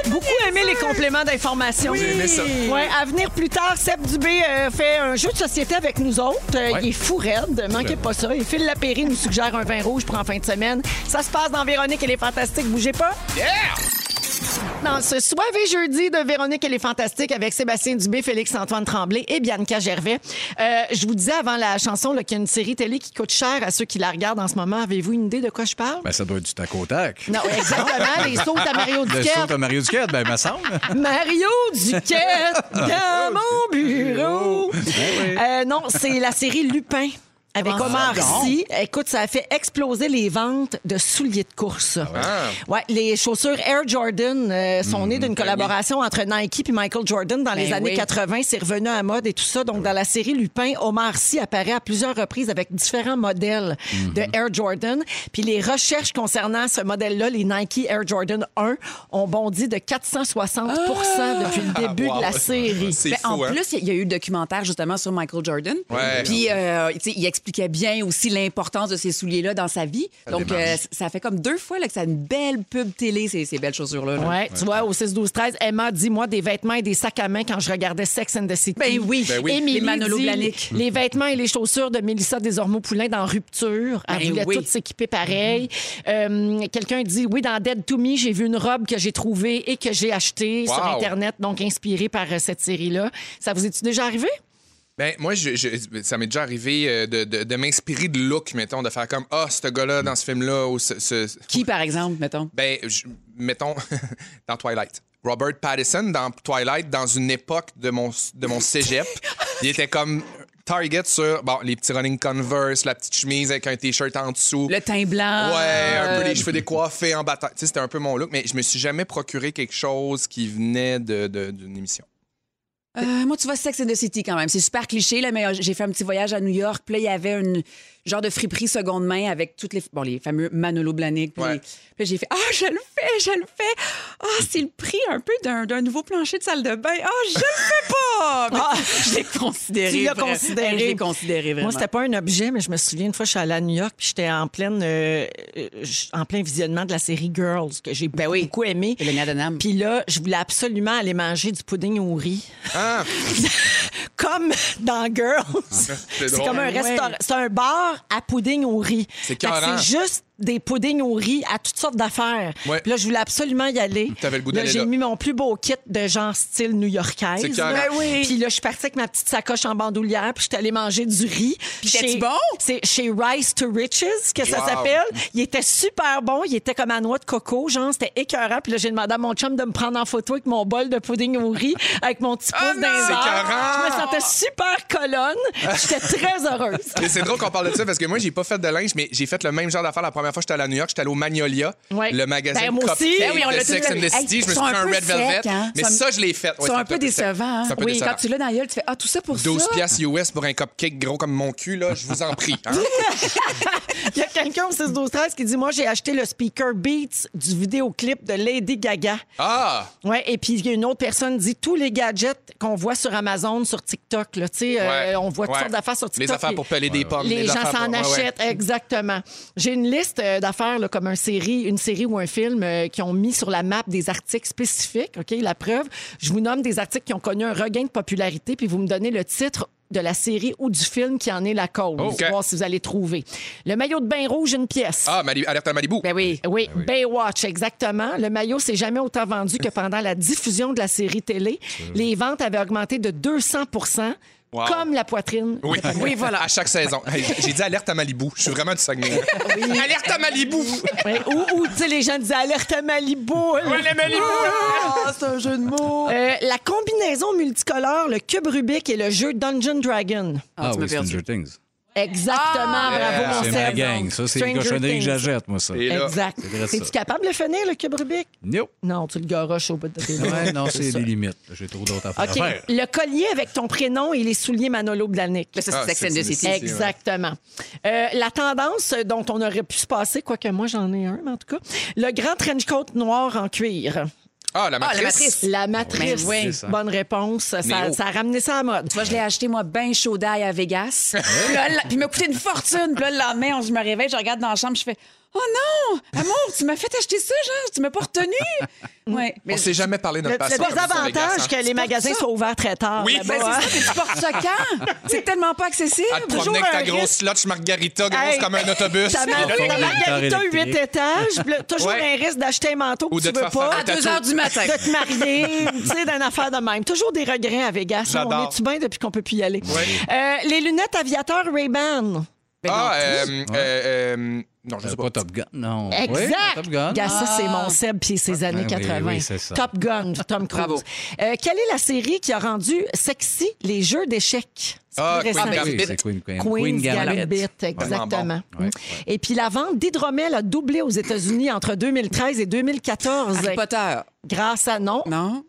Speaker 2: Beaucoup aimé les compléments d'information.
Speaker 3: J'ai aimé ça.
Speaker 2: Ouais, à venir plus tard, Seb Dubé euh, fait un jeu de société avec nous autres. Euh, Il est fou raide, manquez pas ça. Et Phil Lapéry nous suggère un vin rouge pour en fin de semaine. Ça se passe dans Véronique et les Fantastiques, bougez pas. Dans ce soir et jeudi de Véronique et les Fantastiques avec Sébastien Dubé, Félix-Antoine Tremblay et Bianca Gervais. Euh, je vous disais avant la chanson là, qu'il y a une série télé qui coûte cher à ceux qui la regardent en ce moment. Avez-vous une idée de quoi je parle?
Speaker 4: Ben, ça doit être du tac au tac.
Speaker 2: Non, exactement, les sautes à Mario
Speaker 4: Le
Speaker 2: Duquette.
Speaker 4: saut de Mario Duquette, ben, me semble.
Speaker 2: Mario Duquette dans mon bureau.
Speaker 4: Ben
Speaker 2: Euh, non, c'est la série Lupin. Avec
Speaker 1: Ah,
Speaker 2: Omar Sy. Écoute, ça a fait exploser les ventes de souliers de course.
Speaker 4: Ah
Speaker 2: ouais. les chaussures Air Jordan euh, sont
Speaker 4: Hmm,
Speaker 2: nées
Speaker 4: ben
Speaker 2: d'une collaboration entre Nike et Michael Jordan dans les
Speaker 1: Ben
Speaker 2: années
Speaker 1: oui.
Speaker 2: 80. C'est revenu à mode et tout ça. Donc, dans la série Lupin, Omar Sy apparaît à plusieurs reprises avec différents modèles de Air Jordan. Puis les recherches concernant ce modèle-là, les Nike Air Jordan 1, ont bondi de 460 depuis le début
Speaker 3: Ah, Wow.
Speaker 2: de la série.
Speaker 3: C'est
Speaker 1: Ben,
Speaker 3: fou,
Speaker 1: en
Speaker 3: hein.
Speaker 1: plus, il y a eu le documentaire justement sur Michael Jordan.
Speaker 3: Ouais.
Speaker 1: Puis, euh, tu sais, il expliquait bien aussi l'importance de ces souliers-là dans sa vie. Donc, euh, ça fait comme deux fois là, que ça a une belle pub télé, ces, ces belles chaussures-là. là.
Speaker 2: Ouais, tu vois, au 6-12-13, Emma dit Moi, des vêtements et des sacs à main quand je regardais Sex and the City.
Speaker 1: Ben oui.
Speaker 3: Ben oui.
Speaker 2: Émilie
Speaker 1: Les Manolo
Speaker 2: dit,
Speaker 1: Blahnik.
Speaker 2: Les vêtements et les chaussures de Mélissa Desormeaux-Poulain dans Rupture. Elle
Speaker 1: Ben
Speaker 2: voulait
Speaker 1: oui.
Speaker 2: toutes s'équiper pareil. Euh, Quelqu'un dit Oui, dans Dead to Me, j'ai vu une robe que j'ai trouvée et que j'ai achetée sur
Speaker 3: Wow.
Speaker 2: Internet, donc inspirée par euh, cette série-là. Ça vous est-tu déjà arrivé
Speaker 3: Ben, moi, je- je- ça m'est déjà arrivé euh, de, de- de m'inspirer de look, mettons, de faire comme Ah, ce gars-là dans ce film-là, ou ce. ce-
Speaker 1: Qui, par exemple, mettons?
Speaker 3: Ben, je- mettons, dans Twilight. Robert Pattinson dans Twilight, dans une époque de mon, de mon cégep, il était comme target sur bon, les petits running converse, la petite chemise avec un t-shirt en dessous.
Speaker 1: Le teint blanc.
Speaker 3: Ouais,
Speaker 2: Ah.
Speaker 3: un peu
Speaker 1: euh,
Speaker 3: les cheveux décoiffés en bataille. Tu sais, c'était un peu mon look, mais je me suis jamais procuré quelque chose qui venait de- de- d'une émission.
Speaker 1: Euh, moi, tu vois, Sex and the City quand même. C'est super cliché, là, mais euh, j'ai fait un petit voyage à New York. Puis là, il y avait une genre de friperie seconde main avec toutes les, bon, les fameux Manolo Blahnik. Puis,
Speaker 3: Ouais.
Speaker 1: les- puis là, j'ai fait Ah, je le fais, je le fais. Ah, c'est le prix un peu d'un d'un nouveau plancher de salle de bain. Ah, je le fais pas. Mais
Speaker 3: Ah,
Speaker 1: je l'ai considéré.
Speaker 2: Tu l'as
Speaker 1: vrai-
Speaker 2: considéré.
Speaker 1: Hey, Je l'ai considéré vraiment.
Speaker 2: Moi, c'était pas un objet, mais je me souviens une fois, je suis allée à New York, puis j'étais en pleine, euh, euh, j- en plein visionnement de la série Girls que j'ai beaucoup,
Speaker 1: oui.
Speaker 2: beaucoup aimé.
Speaker 1: Helena Dunham.
Speaker 2: Puis là, je voulais absolument aller manger du pudding au riz,
Speaker 3: Ah,
Speaker 2: comme dans Girls. C'est
Speaker 3: drôle.
Speaker 2: comme un
Speaker 1: Ouais.
Speaker 2: restaurant, c'est un bar à pudding au riz. Fait que
Speaker 3: écœurant.
Speaker 2: C'est juste des puddings au riz à toutes sortes d'affaires.
Speaker 3: Ouais.
Speaker 2: Puis là, je voulais absolument y aller.
Speaker 3: T'avais le goût
Speaker 2: Là,
Speaker 3: d'aller là.
Speaker 2: J'ai mis mon plus beau kit de genre style new-yorkaise.
Speaker 3: C'est écœurant.
Speaker 2: là.
Speaker 3: Ben
Speaker 2: Puis là, je suis partie avec ma petite sacoche en bandoulière, puis je suis allée manger du riz.
Speaker 1: t'es-tu
Speaker 2: Chez-
Speaker 1: bon?
Speaker 2: C'est chez Rice to Riches que ça
Speaker 3: Wow.
Speaker 2: s'appelle. Il était super bon. Il était comme à noix de coco, genre. C'était écœurant. Puis là, j'ai demandé à mon chum de me prendre en photo avec mon bol de pudding au riz, avec mon petit pouce dans les airs.
Speaker 3: Ah écœurant!
Speaker 2: Je me sentais super colonne. J'étais très heureuse.
Speaker 3: Mais c'est drôle qu'on parle de ça parce que moi, j'ai pas fait de linge, mais j'ai fait le même genre d'affaire la première première fois que j'étais allé à New York, j'étais allé au Magnolia,
Speaker 2: Ouais.
Speaker 3: le magazine
Speaker 2: Ben, moi
Speaker 3: Cop-
Speaker 2: aussi. Ben oui, on
Speaker 3: de
Speaker 2: l'a
Speaker 3: Sex
Speaker 2: tous
Speaker 3: and the
Speaker 2: vu.
Speaker 3: City.
Speaker 1: Hey,
Speaker 3: je me
Speaker 1: ils
Speaker 3: suis
Speaker 1: sont
Speaker 3: pris
Speaker 1: un
Speaker 3: un
Speaker 1: peu
Speaker 3: Red Velvet.
Speaker 1: secs, hein?
Speaker 3: Mais
Speaker 1: Ils sont-
Speaker 3: ça, je l'ai fait. Ouais,
Speaker 1: Ils sont
Speaker 3: c'est
Speaker 1: un peu décevants. hein?
Speaker 3: C'est un peu
Speaker 1: Oui,
Speaker 3: décevant.
Speaker 1: quand tu l'as dans la gueule, tu fais Ah, tout ça pour
Speaker 3: 12
Speaker 1: ça.
Speaker 3: piastres US pour un cupcake gros comme mon cul, là, je vous en prie. hein.
Speaker 2: Il y a quelqu'un au 6 12 13 qui dit Moi, j'ai acheté le speaker Beats du vidéoclip de Lady Gaga.
Speaker 3: Ah!
Speaker 2: Ouais, et puis il y a une autre personne qui dit tous les gadgets qu'on voit sur Amazon, sur TikTok, là, tu sais, euh,
Speaker 3: Ouais.
Speaker 2: on voit toutes
Speaker 3: Ouais.
Speaker 2: sortes d'affaires sur TikTok.
Speaker 3: Les affaires pour peler des pommes.
Speaker 2: Les, gens
Speaker 3: Ah, affaires
Speaker 2: s'en
Speaker 3: pour- ouais, ouais.
Speaker 2: achètent, exactement. J'ai une liste euh, d'affaires là, comme un série, une série ou un film euh, qui ont mis sur la map des articles spécifiques. OK, la preuve, je vous nomme des articles qui ont connu un regain de popularité, puis vous me donnez le titre de la série ou du film qui en est la cause.
Speaker 3: OK.
Speaker 2: Voir si vous allez trouver. Le maillot de bain rouge, une pièce.
Speaker 3: Ah, Mali- alerte à Malibu.
Speaker 2: Ben oui. Oui, Baywatch, exactement. Le maillot s'est jamais autant vendu que pendant la diffusion de la série télé. Les ventes avaient augmenté de 200
Speaker 3: Wow.
Speaker 2: comme la poitrine.
Speaker 3: Oui.
Speaker 2: de Patrick.
Speaker 3: À chaque saison. Hey, J'ai dit alerte à Malibu. Je suis vraiment du Saguenay. Alerte à Malibu. Ah,
Speaker 2: Oui, Ou, ou, tu sais, les gens disaient alerte à Malibu.
Speaker 1: Ah, c'est un jeu de mots.
Speaker 2: Euh, la combinaison multicolore, le cube Rubik et le jeu Dungeon Dragon.
Speaker 4: Ah,
Speaker 1: tu m'as
Speaker 4: oui,
Speaker 1: perdu.
Speaker 4: Stranger Things.
Speaker 2: Exactement, bravo, mon
Speaker 4: Ah! C'est ma
Speaker 2: Seb.
Speaker 4: gang. Ça, c'est les
Speaker 2: Stranger
Speaker 4: cochonneries que
Speaker 2: Things.
Speaker 4: j'achète, moi, ça.
Speaker 3: Et là,
Speaker 2: Exact.
Speaker 4: C'est vrai, ça.
Speaker 2: Es-tu capable de le finir, le cube Rubik?
Speaker 4: No.
Speaker 2: Non, tu le garoches au bout de tes doigts.
Speaker 4: Ouais, non, c'est
Speaker 2: ça.
Speaker 4: des limites. J'ai trop d'autres affaires Euh,
Speaker 2: OK.
Speaker 4: à faire.
Speaker 2: Le collier avec ton prénom et les souliers Manolo Blahnik.
Speaker 1: Mais ça, c'est
Speaker 3: Ah,
Speaker 1: Sex and
Speaker 3: c'est-
Speaker 1: the
Speaker 3: c'est-
Speaker 1: City.
Speaker 3: c'est-
Speaker 2: Exactement. Euh, la tendance dont on aurait pu se passer, quoique moi j'en ai un, mais en tout cas, le grand trench coat noir en cuir.
Speaker 3: Ah, la matrice.
Speaker 1: matrice.
Speaker 2: La matrice.
Speaker 1: Ben oh.
Speaker 4: oui.
Speaker 2: Bonne réponse. Ça,
Speaker 3: Néo.
Speaker 2: ça a ramené ça à la mode.
Speaker 1: Tu vois, je l'ai acheté, moi, ben chaud d'ail à Vegas.
Speaker 3: Hein?
Speaker 1: puis, là, là- puis il m'a coûté une fortune. Puis là, le lendemain, on- je me réveille, je regarde dans la chambre, je fais « Oh non! Amour, tu m'as fait acheter ça, genre, tu m'as pas retenu! » Ouais. Ben,
Speaker 3: On
Speaker 1: Mm. Mais
Speaker 3: s'est jamais parlé de
Speaker 2: Le,
Speaker 3: notre passion.
Speaker 2: le
Speaker 3: comme ça, les gars,
Speaker 2: désavantage
Speaker 3: hein.
Speaker 2: que les magasins soient ouverts très tard.
Speaker 3: Oui.
Speaker 2: là-bas,
Speaker 1: ben,
Speaker 2: hein.
Speaker 1: c'est ça, mais tu portes ça quand? C'est tellement pas accessible.
Speaker 3: À te
Speaker 2: toujours
Speaker 3: promener Ah, avec ta
Speaker 2: un risque.
Speaker 3: grosse lodge margarita, grosse
Speaker 2: Hey.
Speaker 3: comme un autobus.
Speaker 2: Ta mar-
Speaker 4: Ils font
Speaker 2: ta
Speaker 4: des
Speaker 2: margarita,
Speaker 4: guitares
Speaker 2: 8
Speaker 4: électriques.
Speaker 2: étages. puis là, Toujours
Speaker 3: Ouais.
Speaker 2: un risque d'acheter un manteau que
Speaker 3: Ou
Speaker 2: tu
Speaker 3: de te
Speaker 2: veux
Speaker 3: faire faire
Speaker 2: pas.
Speaker 3: un
Speaker 1: À 2 heures du matin.
Speaker 2: de te marier, tu sais, d'une affaire de même. Toujours des regrets à Vegas. hein. On
Speaker 3: J'adore.
Speaker 2: est-tu bien depuis qu'on peut plus y aller?
Speaker 3: Ouais.
Speaker 2: Euh, les lunettes aviateurs Ray-Ban.
Speaker 3: Ah, euh, euh, euh, non, je
Speaker 4: C'est
Speaker 3: sais
Speaker 4: pas
Speaker 3: pas.
Speaker 4: Top Gun, non.
Speaker 2: Exact.
Speaker 4: Oui, Top Gun. Ah.
Speaker 2: Gars, ça, c'est mon Seb, puis ses années
Speaker 4: oui,
Speaker 2: 80.
Speaker 4: oui, c'est ça.
Speaker 2: Top Gun, Tom Cruise.
Speaker 1: Bravo.
Speaker 2: Euh, quelle est la série qui a rendu sexy les jeux d'échecs? C'est
Speaker 3: Ah,
Speaker 2: plus
Speaker 3: Queen
Speaker 2: récent.
Speaker 4: Ah, oui,
Speaker 3: Gambit.
Speaker 4: c'est Queen, Queen,
Speaker 2: Queen's Gambit, exactement.
Speaker 3: Vraiment
Speaker 4: bon. Ouais,
Speaker 2: Et puis la vente d'hydromel a doublé aux États-Unis entre 2013 et 2014
Speaker 1: Harry Potter,
Speaker 2: grâce à non
Speaker 1: non?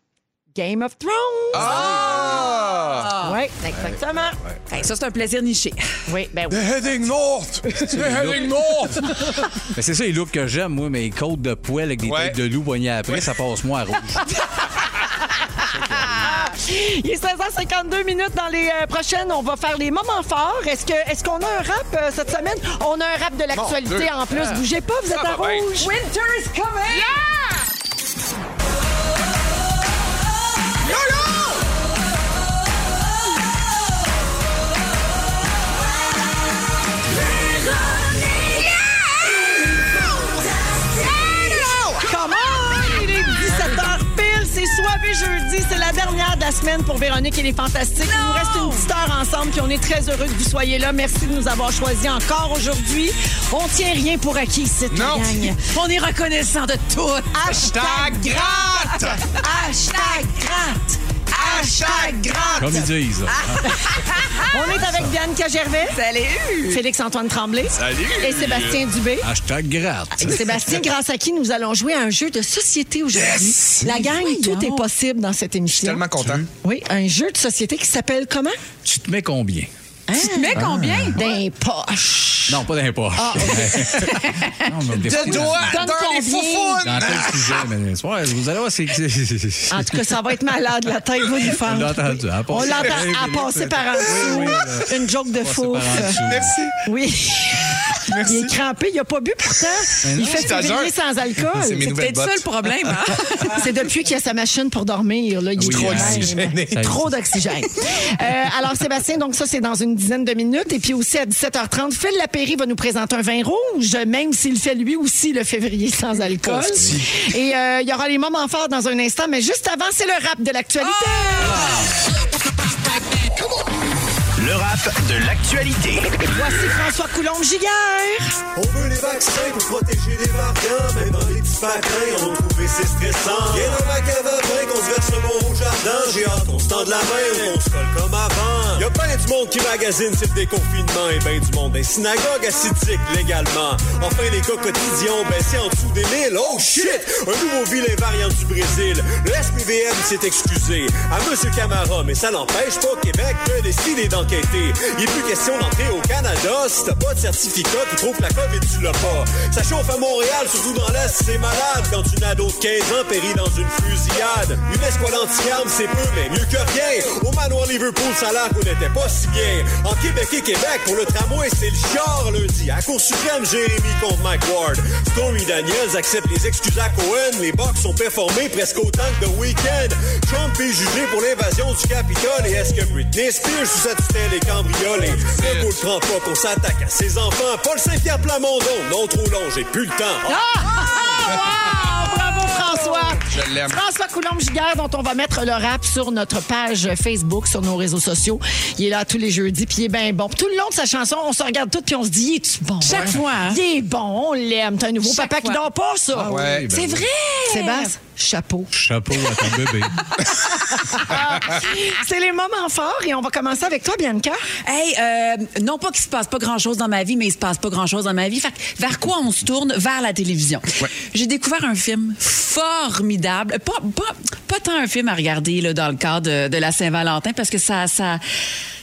Speaker 2: Game of Thrones.
Speaker 3: Ah!
Speaker 2: Oui, exactement.
Speaker 1: Hey, ça, c'est un plaisir niché.
Speaker 2: Oui, ben oui.
Speaker 3: The Heading North! The Heading North!
Speaker 4: Mais c'est ça les looks que j'aime, moi, mais les côtes de poêle avec des
Speaker 3: Ouais.
Speaker 4: têtes de loup poignées après, ça passe moi à rouge.
Speaker 2: Il est 16h52 minutes dans les euh, prochaines. On va faire les moments forts. Est-ce que est-ce qu'on a un rap euh, cette semaine? On a un rap de l'actualité
Speaker 3: Dieu.
Speaker 2: en plus. Bougez pas, vous êtes à
Speaker 3: va bien.
Speaker 2: rouge.
Speaker 1: Winter's coming!
Speaker 2: Come on! Il est 17h pile. C'est soirée jeudi. C'est la dernière de la semaine pour Véronique et les Fantastiques. Il nous reste une petite heure ensemble. Puis on est très heureux que vous soyez là. Merci de nous avoir choisis encore aujourd'hui. On tient rien pour acquis ici, la
Speaker 3: Non.
Speaker 2: gang.
Speaker 1: On est reconnaissant de tout.
Speaker 2: Hashtag
Speaker 3: Hashtag Ah, gratte!
Speaker 1: Hashtag gratte!
Speaker 3: Hashtag gratte!
Speaker 4: Comme ils disent.
Speaker 3: Ah.
Speaker 2: On est avec Bianca Gervais,
Speaker 1: Salut!
Speaker 2: Félix-Antoine Tremblay et Sébastien Dubé.
Speaker 4: Hashtag
Speaker 3: Ah,
Speaker 4: gratte.
Speaker 2: Sébastien, grâce à qui nous allons jouer à un jeu de société aujourd'hui. La gang, tout est possible dans cette émission.
Speaker 3: Tellement content.
Speaker 2: Oui, un jeu de société qui s'appelle comment? Hein?
Speaker 4: Tu te mets combien?
Speaker 3: Hein?
Speaker 1: Tu te mets combien?
Speaker 2: D'un poche.
Speaker 4: Non, pas dans les poches. non, mais des fois,
Speaker 3: Ah, De doigts
Speaker 2: Donne
Speaker 3: dans les
Speaker 2: combien?
Speaker 3: foufounes!
Speaker 4: Dans tel sujet, mais ouais, vous allez voir, c'est que.
Speaker 2: En tout cas, ça va être malade, la tête va nous faire.
Speaker 4: On l'a entendu, hein. à passer-
Speaker 2: Ah, On l'entend ah, à
Speaker 4: Oui,
Speaker 2: passer par en dessous.
Speaker 4: oui, là.
Speaker 2: Une joke de
Speaker 4: C'est
Speaker 2: fou.
Speaker 4: par en dessous.
Speaker 3: Merci.
Speaker 2: Oui. Il est crampé, il n'a pas bu pourtant. Il fait
Speaker 3: je te
Speaker 2: février
Speaker 3: jure. C'est
Speaker 2: sans
Speaker 3: mes
Speaker 2: alcool.
Speaker 3: nouvelles
Speaker 1: Peut-être ça
Speaker 3: bottes.
Speaker 1: le problème, hein?
Speaker 2: C'est depuis qu'il a sa machine pour dormir. Là. Il est
Speaker 4: Oui,
Speaker 2: trop
Speaker 4: hein.
Speaker 2: d'oxygène.
Speaker 4: Oxygéné.
Speaker 2: Trop d'oxygène. Euh, alors, Sébastien, donc ça, c'est dans une dizaine de minutes. Et puis aussi, à 17h30, Phil Lapéry va nous présenter un vin rouge, même s'il fait lui aussi le février sans alcool. Et euh, il y aura les moments forts dans un instant. Mais juste
Speaker 1: Ah! hein?
Speaker 2: avant, c'est le rap de l'actualité.
Speaker 7: Le rap
Speaker 8: récap de l'actualité.
Speaker 2: Voici François Coulombe Giguère.
Speaker 9: On veut les vaccins pour protéger les variants, mais dans les petits patins, on a trouvé c'est stressant. Viens dans ma cavapin qu'on se verse le mot au jardin, j'ai hâte qu'on se tend de la main, on se colle comme avant. Y a plein du monde qui magasine, c'est le déconfinement, et ben du monde des synagogues ascétiques légalement. Enfin, les cas quotidiens baissés en dessous des 1000, oh shit! Un nouveau vilain variant du Brésil, le SPVM s'est excusé à Monsieur Camara, mais ça l'empêche pas Québec de décider d'enquêter. Il est plus question d'entrer au Canada si t'as pas de certificat, tu trouves que la COVID, tu l'as pas. Ça chauffe à Montréal, surtout dans l'Est, c'est malade quand une ado de 15 ans périt dans une fusillade. Une escouade anti-armes, c'est peu, mais mieux que rien. Au manoir Liverpool, ça a l'air qu'on n'était pas si bien. En Québec et Québec, pour le tramway, c'est le char lundi. À Cour suprême, Jérémy contre Mike Ward. Story Daniels accepte les excuses à Cohen. Les Bucks ont performé presque autant que The Weeknd. Trump est jugé pour l'invasion du Capitole. Et est-ce que Britney Spears sous sa tutelle est cambriolée? Le coup prend pas qu'on s'attaque à ses enfants. Paul Saint-Pierre Plamondon, non trop long, j'ai plus le temps.
Speaker 2: Ah, bravo François.
Speaker 4: Oh,
Speaker 3: Je l'aime.
Speaker 2: François Coulombe Giguère, dont on va mettre le rap sur notre page Facebook, sur nos réseaux sociaux. Il est là tous les jeudis, puis il est bien bon. Puis Tout le long de sa chanson, on se regarde toutes, puis on se dit, il est bon.
Speaker 1: Chaque fois, hein?
Speaker 2: Il est bon, on l'aime. T'as un nouveau
Speaker 1: Chaque
Speaker 2: papa qui
Speaker 1: fois.
Speaker 2: dort pas, ça.
Speaker 4: Ouais, ben
Speaker 1: C'est
Speaker 4: oui.
Speaker 1: vrai!
Speaker 2: Sébastien, chapeau.
Speaker 4: Chapeau à ton bébé.
Speaker 2: C'est les moments forts et on va commencer avec toi, Bianca.
Speaker 1: Hey, euh, non pas qu'il se passe pas grand-chose dans ma vie, mais il se passe pas grand-chose dans ma vie. Fait que vers quoi on se tourne? Vers la télévision. J'ai découvert un film formidable. Pas, pas, pas tant un film à regarder là, dans le cadre de, de la Saint-Valentin, parce que ça... ça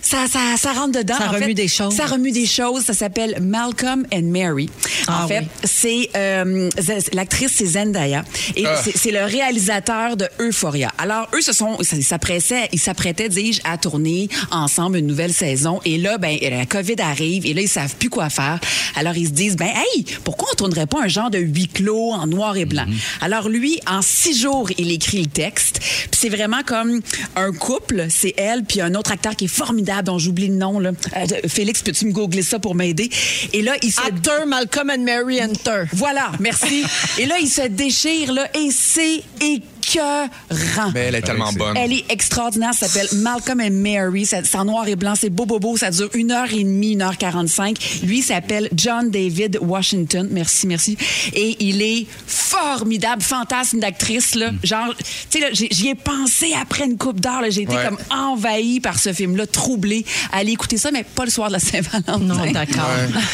Speaker 1: ça, ça, ça rentre dedans.
Speaker 2: Ça
Speaker 1: en
Speaker 2: remue
Speaker 1: fait.
Speaker 2: des choses.
Speaker 1: Ça remue des choses. Ça s'appelle Malcolm and Mary.
Speaker 2: Ah
Speaker 1: en fait,
Speaker 2: oui.
Speaker 1: c'est euh, c'est- l'actrice c'est Zendaya et c'est- c'est le réalisateur de Euphoria. Alors eux se sont ils s'apprêtaient ils s'apprêtaient dis-je à tourner ensemble une nouvelle saison et là ben la Covid arrive et là ils savent plus quoi faire. Alors ils se disent ben hey, pourquoi on tournerait pas un genre de huis clos en noir et blanc. Alors lui en six jours, il écrit le texte. Puis c'est vraiment comme un couple, c'est elle puis un autre acteur qui est formidable dont j'oublie le nom là. Euh, Félix, peux-tu me googler ça pour m'aider Et là ils se
Speaker 2: Acteur Malcolm and Mary Enter.
Speaker 1: voilà, merci. Et là, il se déchire, là, et c'est écœurant.
Speaker 3: Mais elle est tellement bonne.
Speaker 1: Elle est extraordinaire. Ça s'appelle Malcolm and Mary. Ça- C'est en noir et blanc. C'est beau, beau, beau. Ça dure une heure et demie, une heure quarante-cinq. Lui il s'appelle John David Washington. Merci, merci. Et il est formidable, fantasme d'actrice, là. Genre, tu sais, là, j'ai- j'y ai pensé après une coupe d'heure, là. J'ai été
Speaker 3: Ouais.
Speaker 1: comme envahie par ce film-là, troublée. Allez écouter ça, mais pas le soir de la Saint-Valentin.
Speaker 2: Non, d'accord.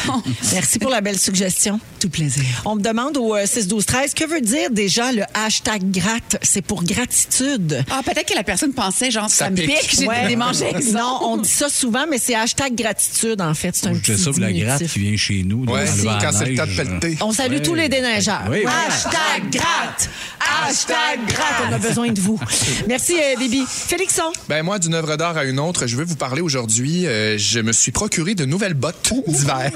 Speaker 1: Non.
Speaker 2: Merci pour la belle suggestion.
Speaker 1: Tout plaisir.
Speaker 2: On me demande au euh, 6 12 13 que veut dire déjà le hashtag gratte C'est pour gratitude.
Speaker 1: Ah, peut-être que la personne pensait, genre, ça,
Speaker 3: Ça
Speaker 1: me pique,
Speaker 3: pique.
Speaker 1: j'ai
Speaker 2: Ouais.
Speaker 1: des mangé.
Speaker 2: Non, on dit ça souvent, mais c'est hashtag gratitude, en fait. C'est un
Speaker 4: Je fais
Speaker 2: petit
Speaker 4: ça pour la gratte
Speaker 2: diminutif.
Speaker 4: qui vient chez nous.
Speaker 3: Ouais,
Speaker 4: dans le
Speaker 3: quand
Speaker 4: vent à
Speaker 3: c'est le temps de
Speaker 4: neige.
Speaker 3: pelleter.
Speaker 2: On salue
Speaker 4: Ouais.
Speaker 2: tous les déneigeurs.
Speaker 4: Oui, voilà.
Speaker 2: Hashtag gratte! Hashtag gratte! On a besoin de vous. Merci, euh, Bibi. Félixon.
Speaker 3: Ben moi, d'une œuvre d'art à une autre, je veux vous parler aujourd'hui. euh, je me suis procuré de nouvelles bottes d'hiver.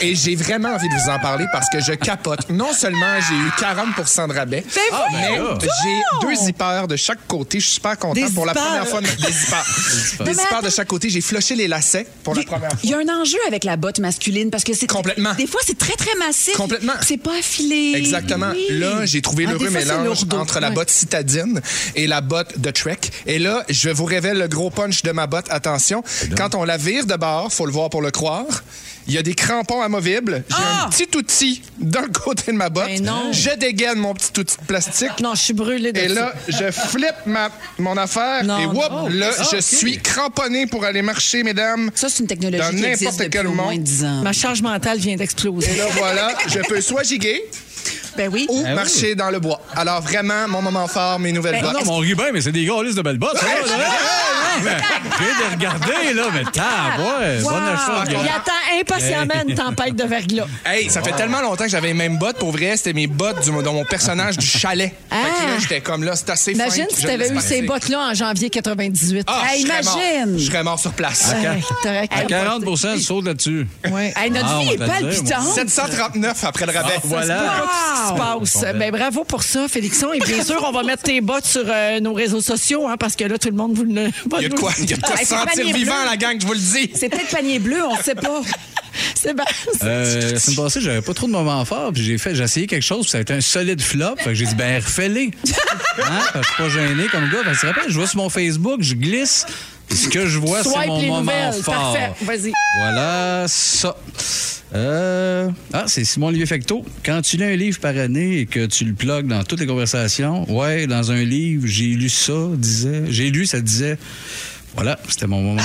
Speaker 3: Et j'ai vraiment envie de vous en parler parce que je capote. Non seulement j'ai eu 40 de rabais, mais
Speaker 4: voyons
Speaker 3: j'ai deux zippers de chaque côté. Je suis super content.
Speaker 2: Des
Speaker 3: pour la
Speaker 2: zippers.
Speaker 3: première fois, de ma- des zippers. des zippers de chaque côté. J'ai floché les lacets pour la première fois.
Speaker 1: Il y a un enjeu avec la botte masculine parce que c'est
Speaker 3: Complètement.
Speaker 1: Des fois c'est très très massif.
Speaker 3: Complètement.
Speaker 1: C'est pas affilé.
Speaker 3: Exactement. Là, j'ai trouvé
Speaker 2: Ah,
Speaker 3: l'heureux
Speaker 2: des fois, c'est
Speaker 3: mélange
Speaker 2: lourdeau.
Speaker 3: entre la
Speaker 2: Ouais.
Speaker 3: botte citadine et la botte de Trek. Et là, je vous révèle le gros punch de ma botte. Attention, quand on la vire de bord, faut le voir pour le croire. Il y a des crampons amovibles. J'ai un petit outil dans le côté de ma botte.
Speaker 2: Ah! Mais non.
Speaker 3: Je dégaine mon petit outil de plastique.
Speaker 2: Non, je suis brûlée de
Speaker 3: Et
Speaker 2: ça.
Speaker 3: là, je flippe ma, mon affaire
Speaker 2: Non, Oh,
Speaker 3: et whoop,
Speaker 2: non.
Speaker 3: là,
Speaker 4: Ah,
Speaker 3: je
Speaker 4: ok.
Speaker 3: suis cramponné pour aller marcher, mesdames.
Speaker 1: Ça c'est une technologie
Speaker 3: Dans
Speaker 1: qui existe
Speaker 3: n'importe
Speaker 1: depuis
Speaker 3: quel
Speaker 1: au moins
Speaker 3: monde.
Speaker 1: 10 ans.
Speaker 2: Ma charge mentale vient d'exploser.
Speaker 3: Et là, voilà, je peux soit giguer
Speaker 1: Ben oui.
Speaker 3: ou
Speaker 4: oui.
Speaker 3: marcher dans le bois. Alors, vraiment, mon moment fort, mes
Speaker 2: Ben,
Speaker 3: nouvelles
Speaker 4: Ah
Speaker 3: bottes.
Speaker 4: Non, mais on rit bien, mais c'est des gars de belles bottes. ça, là. Ben, Je viens de regarder, là, mais tab, ouais, bonne
Speaker 2: Wow.
Speaker 4: chance.
Speaker 2: Il
Speaker 4: gars.
Speaker 2: attend impatiemment une tempête de verglas.
Speaker 3: Hey, ça fait tellement longtemps que j'avais les mêmes bottes. Pour vrai, c'était mes bottes du, dans mon personnage du chalet. Fait que
Speaker 2: Ah.
Speaker 3: là, j'étais comme là, c'est assez
Speaker 2: Imagine
Speaker 3: fun, je
Speaker 2: si t'avais
Speaker 3: laisse
Speaker 2: eu ces
Speaker 3: passer.
Speaker 2: bottes-là en janvier 98.
Speaker 3: Ah,
Speaker 1: Hey,
Speaker 3: je serais mort.
Speaker 1: imagine.
Speaker 3: Je serais mort sur place.
Speaker 2: Hey, euh, t'aurais
Speaker 4: À
Speaker 2: capoté.
Speaker 4: 40 je saute là-dessus.
Speaker 2: Ouais.
Speaker 1: Hey, notre
Speaker 4: Ah, on
Speaker 1: vie est
Speaker 4: va te le dire,
Speaker 1: palpitante.
Speaker 3: 739 après le rabais.
Speaker 4: Ah, voilà.
Speaker 2: Pas ce qui se passe. Ben, bravo pour ça, Félixon. Et bien sûr, on va mettre tes bottes sur euh, nos réseaux sociaux, hein, parce que là, tout le monde vous le.
Speaker 3: Il y a de quoi, il y a de quoi
Speaker 1: Ah,
Speaker 3: se
Speaker 1: c'est
Speaker 3: sentir
Speaker 1: panier
Speaker 3: vivant,
Speaker 1: bleu.
Speaker 3: la gang, je vous le dis.
Speaker 1: C'est peut-être panier bleu, on sait pas.
Speaker 2: Sébastien.
Speaker 4: Euh, la semaine passée, j'avais pas trop de moments forts, puis j'ai fait, j'ai essayé quelque chose, puis ça a été un solide flop. Fait que j'ai dit, ben, refais-les. Hein? Fait que Je suis pas gêné comme gars. Fait que tu te rappelles, je vois sur mon Facebook, je glisse Ce que je vois, c'est
Speaker 8: Swipe
Speaker 4: mon
Speaker 8: les
Speaker 4: moment
Speaker 8: nouvelles.
Speaker 4: fort.
Speaker 8: Parfait. Vas-y.
Speaker 4: Voilà ça. Euh, ah, c'est Simon Olivier Fecteau. Quand tu lis un livre par année et que tu le plugues dans toutes les conversations, ouais, dans un livre, j'ai lu ça, disait. J'ai lu, ça disait. Voilà, c'était mon moment.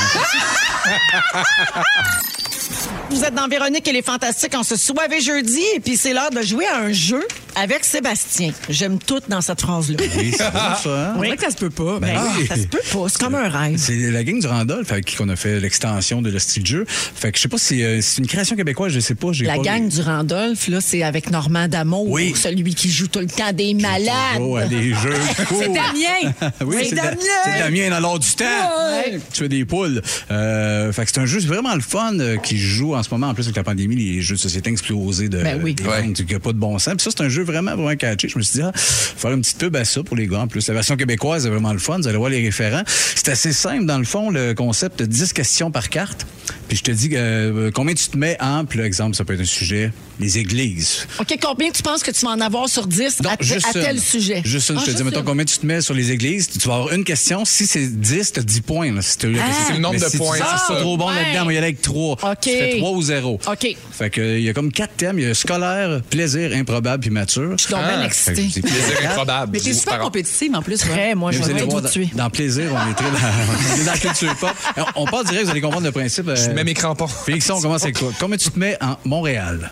Speaker 2: Vous êtes dans Véronique et les Fantastiques. On se soivait jeudi et puis c'est l'heure de jouer à un jeu avec Sébastien. J'aime tout dans cette phrase-là.
Speaker 4: Oui, c'est bon, ça, hein?
Speaker 1: C'est vrai que ça se peut pas.
Speaker 4: Ben oui.
Speaker 2: Ça se peut pas, c'est comme un rêve.
Speaker 4: C'est la gang du Randolph avec qui on a fait l'extension de le style de jeu. Fait que je sais pas si euh, c'est une création québécoise, je sais pas. j'ai
Speaker 8: La
Speaker 4: pas
Speaker 8: gang du Randolph, là, c'est avec Normand Damour,
Speaker 4: Oui.
Speaker 8: celui qui joue tout le temps des malades.
Speaker 4: Oh, à des jeux. Cool.
Speaker 1: Ah, C'est Damien.
Speaker 4: Oui,
Speaker 2: C'est
Speaker 4: c'est Da-
Speaker 2: Damien!
Speaker 4: C'est Damien dans l'ordre du temps. Tu fais des poules. Euh, fait que c'est un jeu c'est vraiment le fun euh, qui se joue en ce moment. En plus, avec la pandémie, les jeux de société ont explosé de.
Speaker 8: Ben oui.
Speaker 4: des
Speaker 3: Ouais.
Speaker 4: ventes, qu'il y a pas de bon sens. Puis ça, c'est un jeu vraiment, vraiment catchy. Je me suis dit, ah, faut faire une petite pub à ça pour les gars. En plus, la version québécoise est vraiment le fun. Vous allez voir les référents. C'est assez simple, dans le fond, le concept de 10 questions par carte. Puis je te dis euh, combien tu te mets en, puis là, exemple, ça peut être un sujet, les églises.
Speaker 8: OK, combien tu penses que tu vas en avoir sur 10
Speaker 4: Non,
Speaker 8: à,
Speaker 4: juste
Speaker 8: à tel
Speaker 4: une.
Speaker 8: sujet?
Speaker 4: Juste une,
Speaker 8: Ah,
Speaker 4: je te dis,
Speaker 8: juste
Speaker 4: mettons
Speaker 8: une.
Speaker 4: combien tu te mets sur les églises, tu vas avoir une question. Si c'est 10, tu as 10 points. là. Si t'as eu
Speaker 8: Ah!
Speaker 4: la question.
Speaker 3: C'est le nombre
Speaker 4: Mais
Speaker 3: de
Speaker 4: si tu
Speaker 3: points,
Speaker 4: dis,
Speaker 3: c'est
Speaker 4: Ah,
Speaker 3: ça.
Speaker 4: c'est pas trop bon
Speaker 8: Ouais.
Speaker 4: là-dedans, on va y aller avec 3.
Speaker 8: OK.
Speaker 4: Tu fais 3 ou 0.
Speaker 8: OK.
Speaker 4: Fait que, il y a comme quatre thèmes. Il y a scolaire, plaisir, improbable puis mature.
Speaker 8: Je suis donc bien excitée.
Speaker 3: Plaisir improbable.
Speaker 1: Mais t'es
Speaker 3: Par-
Speaker 1: super compétitive en plus.
Speaker 8: Très, moi,
Speaker 4: Mais
Speaker 8: je
Speaker 4: vous allez
Speaker 8: vais
Speaker 4: voir,
Speaker 8: tout
Speaker 4: dans,
Speaker 8: tuer.
Speaker 4: dans plaisir, on est très dans, on est dans la culture pop. Alors, on part direct, vous allez comprendre le principe. euh,
Speaker 3: Je mets mes crampons.
Speaker 4: Félixon, on commence avec toi. Combien tu te mets en Montréal?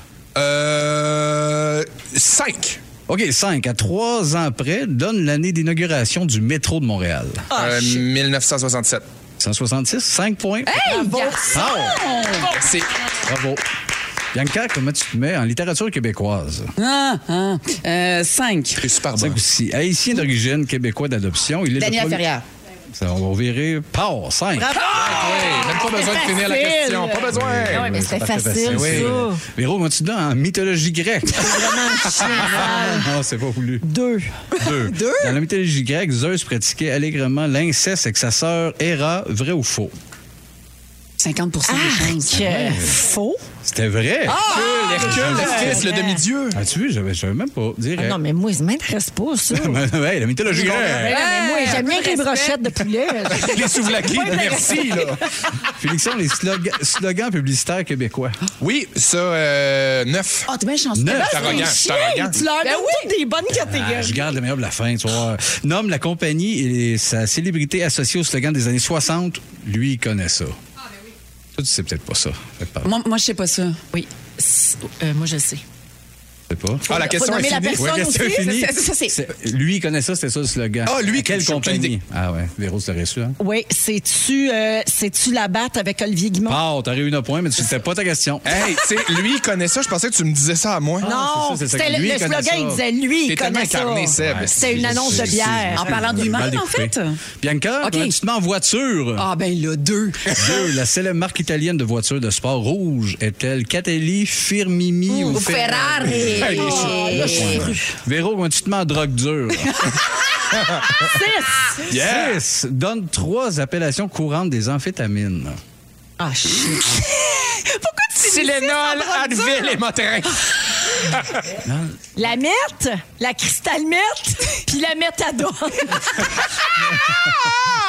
Speaker 3: Euh. 5.
Speaker 4: OK, 5. À 3 ans près, donne l'année d'inauguration du métro de Montréal.
Speaker 3: Euh, 1967.
Speaker 4: 166, 5 points.
Speaker 1: Ah, Bon.
Speaker 3: Merci.
Speaker 4: Bravo. Bianca, comment tu te mets en littérature québécoise?
Speaker 1: Ah, ah. Euh, cinq.
Speaker 3: T'es super bon.
Speaker 4: Cinq aussi. Haïtien d'origine, québécois d'adoption. Il est
Speaker 8: Daniel
Speaker 4: le premier-
Speaker 8: Ferrière.
Speaker 4: Ça, on va virer. Power, 5.
Speaker 3: Hey, Ah, même pas besoin de finir la
Speaker 8: facile.
Speaker 3: question. Pas besoin.
Speaker 8: Ouais, mais c'était facile,
Speaker 4: Oui.
Speaker 8: ça.
Speaker 4: Véro, comment tu te mets en mythologie grecque? non, c'est pas voulu.
Speaker 2: Deux.
Speaker 4: Deux. Dans la mythologie grecque, Zeus pratiquait allègrement l'inceste avec sa sœur Héra, vrai ou faux?
Speaker 1: 50 des
Speaker 8: Ah,
Speaker 1: chances.
Speaker 2: Que faux.
Speaker 4: C'était vrai. Ah!
Speaker 3: Hercule, le fils, le demi-dieu.
Speaker 4: As-tu vu? J'avais j'avais même pas. Direct.
Speaker 2: Ah non, mais moi, ça m'intéresse pas, ça.
Speaker 8: Ben
Speaker 4: Ouais, la mythologie grecque.
Speaker 2: mais moi, j'aime bien les
Speaker 1: respect.
Speaker 2: brochettes de poulet.
Speaker 8: Ah,
Speaker 3: Les souvlaki. Merci, là.
Speaker 4: Félixon, les slog- slogans publicitaires québécois.
Speaker 3: Oui, ça, euh, 9.
Speaker 1: Ah, t'es bien chanceux.
Speaker 4: Neuf.
Speaker 3: T'es arrogant, t'es arrogant.
Speaker 2: Tu leur
Speaker 1: Ben
Speaker 2: donnes
Speaker 1: oui.
Speaker 2: toutes des bonnes
Speaker 4: Ah, je
Speaker 2: catégories.
Speaker 4: garde le meilleur de la fin, tu vois. Nomme la compagnie et sa célébrité associée au slogan des années 60. Lui, il connaît ça. Toi, tu sais peut-être pas ça. Fait que parle,
Speaker 1: Moi, moi, je sais pas ça.
Speaker 8: Oui. C'est- euh, moi, je le sais.
Speaker 4: je sais pas.
Speaker 3: Ah, la
Speaker 8: Faut
Speaker 3: question est
Speaker 8: nommer la
Speaker 3: finie.
Speaker 8: personne
Speaker 4: Ouais, question
Speaker 8: aussi.
Speaker 4: est finie.
Speaker 8: Ça, ça, ça, c'est-
Speaker 4: C'est- Lui, il connaît ça, c'était ça le slogan.
Speaker 3: Ah, lui,
Speaker 4: À quelle
Speaker 3: j'ai aucune
Speaker 4: compagnie?
Speaker 3: idée.
Speaker 4: Ah ouais, Véro, tu l'aurais su, hein?
Speaker 2: Oui, c'est-tu euh, c'est-tu la batte avec Olivier Guimond?
Speaker 3: Ah,
Speaker 4: Wow, t'aurais eu un point, mais tu c'était pas ta question.
Speaker 3: Hey, tu sais, lui, il connaît ça. Je pensais que tu me disais ça à moi.
Speaker 4: Ah,
Speaker 2: Non,
Speaker 4: c'est ça, c'est ça.
Speaker 2: c'était le,
Speaker 4: Lui,
Speaker 2: le
Speaker 4: il connaît
Speaker 2: slogan,
Speaker 4: ça.
Speaker 2: il disait lui, il
Speaker 3: T'es tellement
Speaker 2: connaît
Speaker 3: incarné,
Speaker 2: ça.
Speaker 3: Seb.
Speaker 2: C'était une annonce de bière.
Speaker 1: En parlant
Speaker 4: Euh,
Speaker 1: de
Speaker 4: Mal
Speaker 1: lui-même, en
Speaker 4: découpé.
Speaker 1: fait.
Speaker 4: Bianca,
Speaker 1: OK.
Speaker 4: comment tu te mets en voiture?
Speaker 1: Ah, ben là, deux.
Speaker 4: Deux, la célèbre marque italienne de voitures de sport rouge est-elle Catelli, Firmini ou
Speaker 8: Ou
Speaker 4: Ferrari?
Speaker 8: Ferrari.
Speaker 4: Hey,
Speaker 1: Ah.
Speaker 4: il est chaud.
Speaker 8: Oh,
Speaker 4: Là, je suis heureux. Véro, comment tu te mets en drogue dure? Six! Yes! Donne trois appellations courantes des amphétamines.
Speaker 2: Ah, shit.
Speaker 3: Tylenol, Advil et Motrin.
Speaker 2: La myrte, la cristal myrte, puis la méthadone.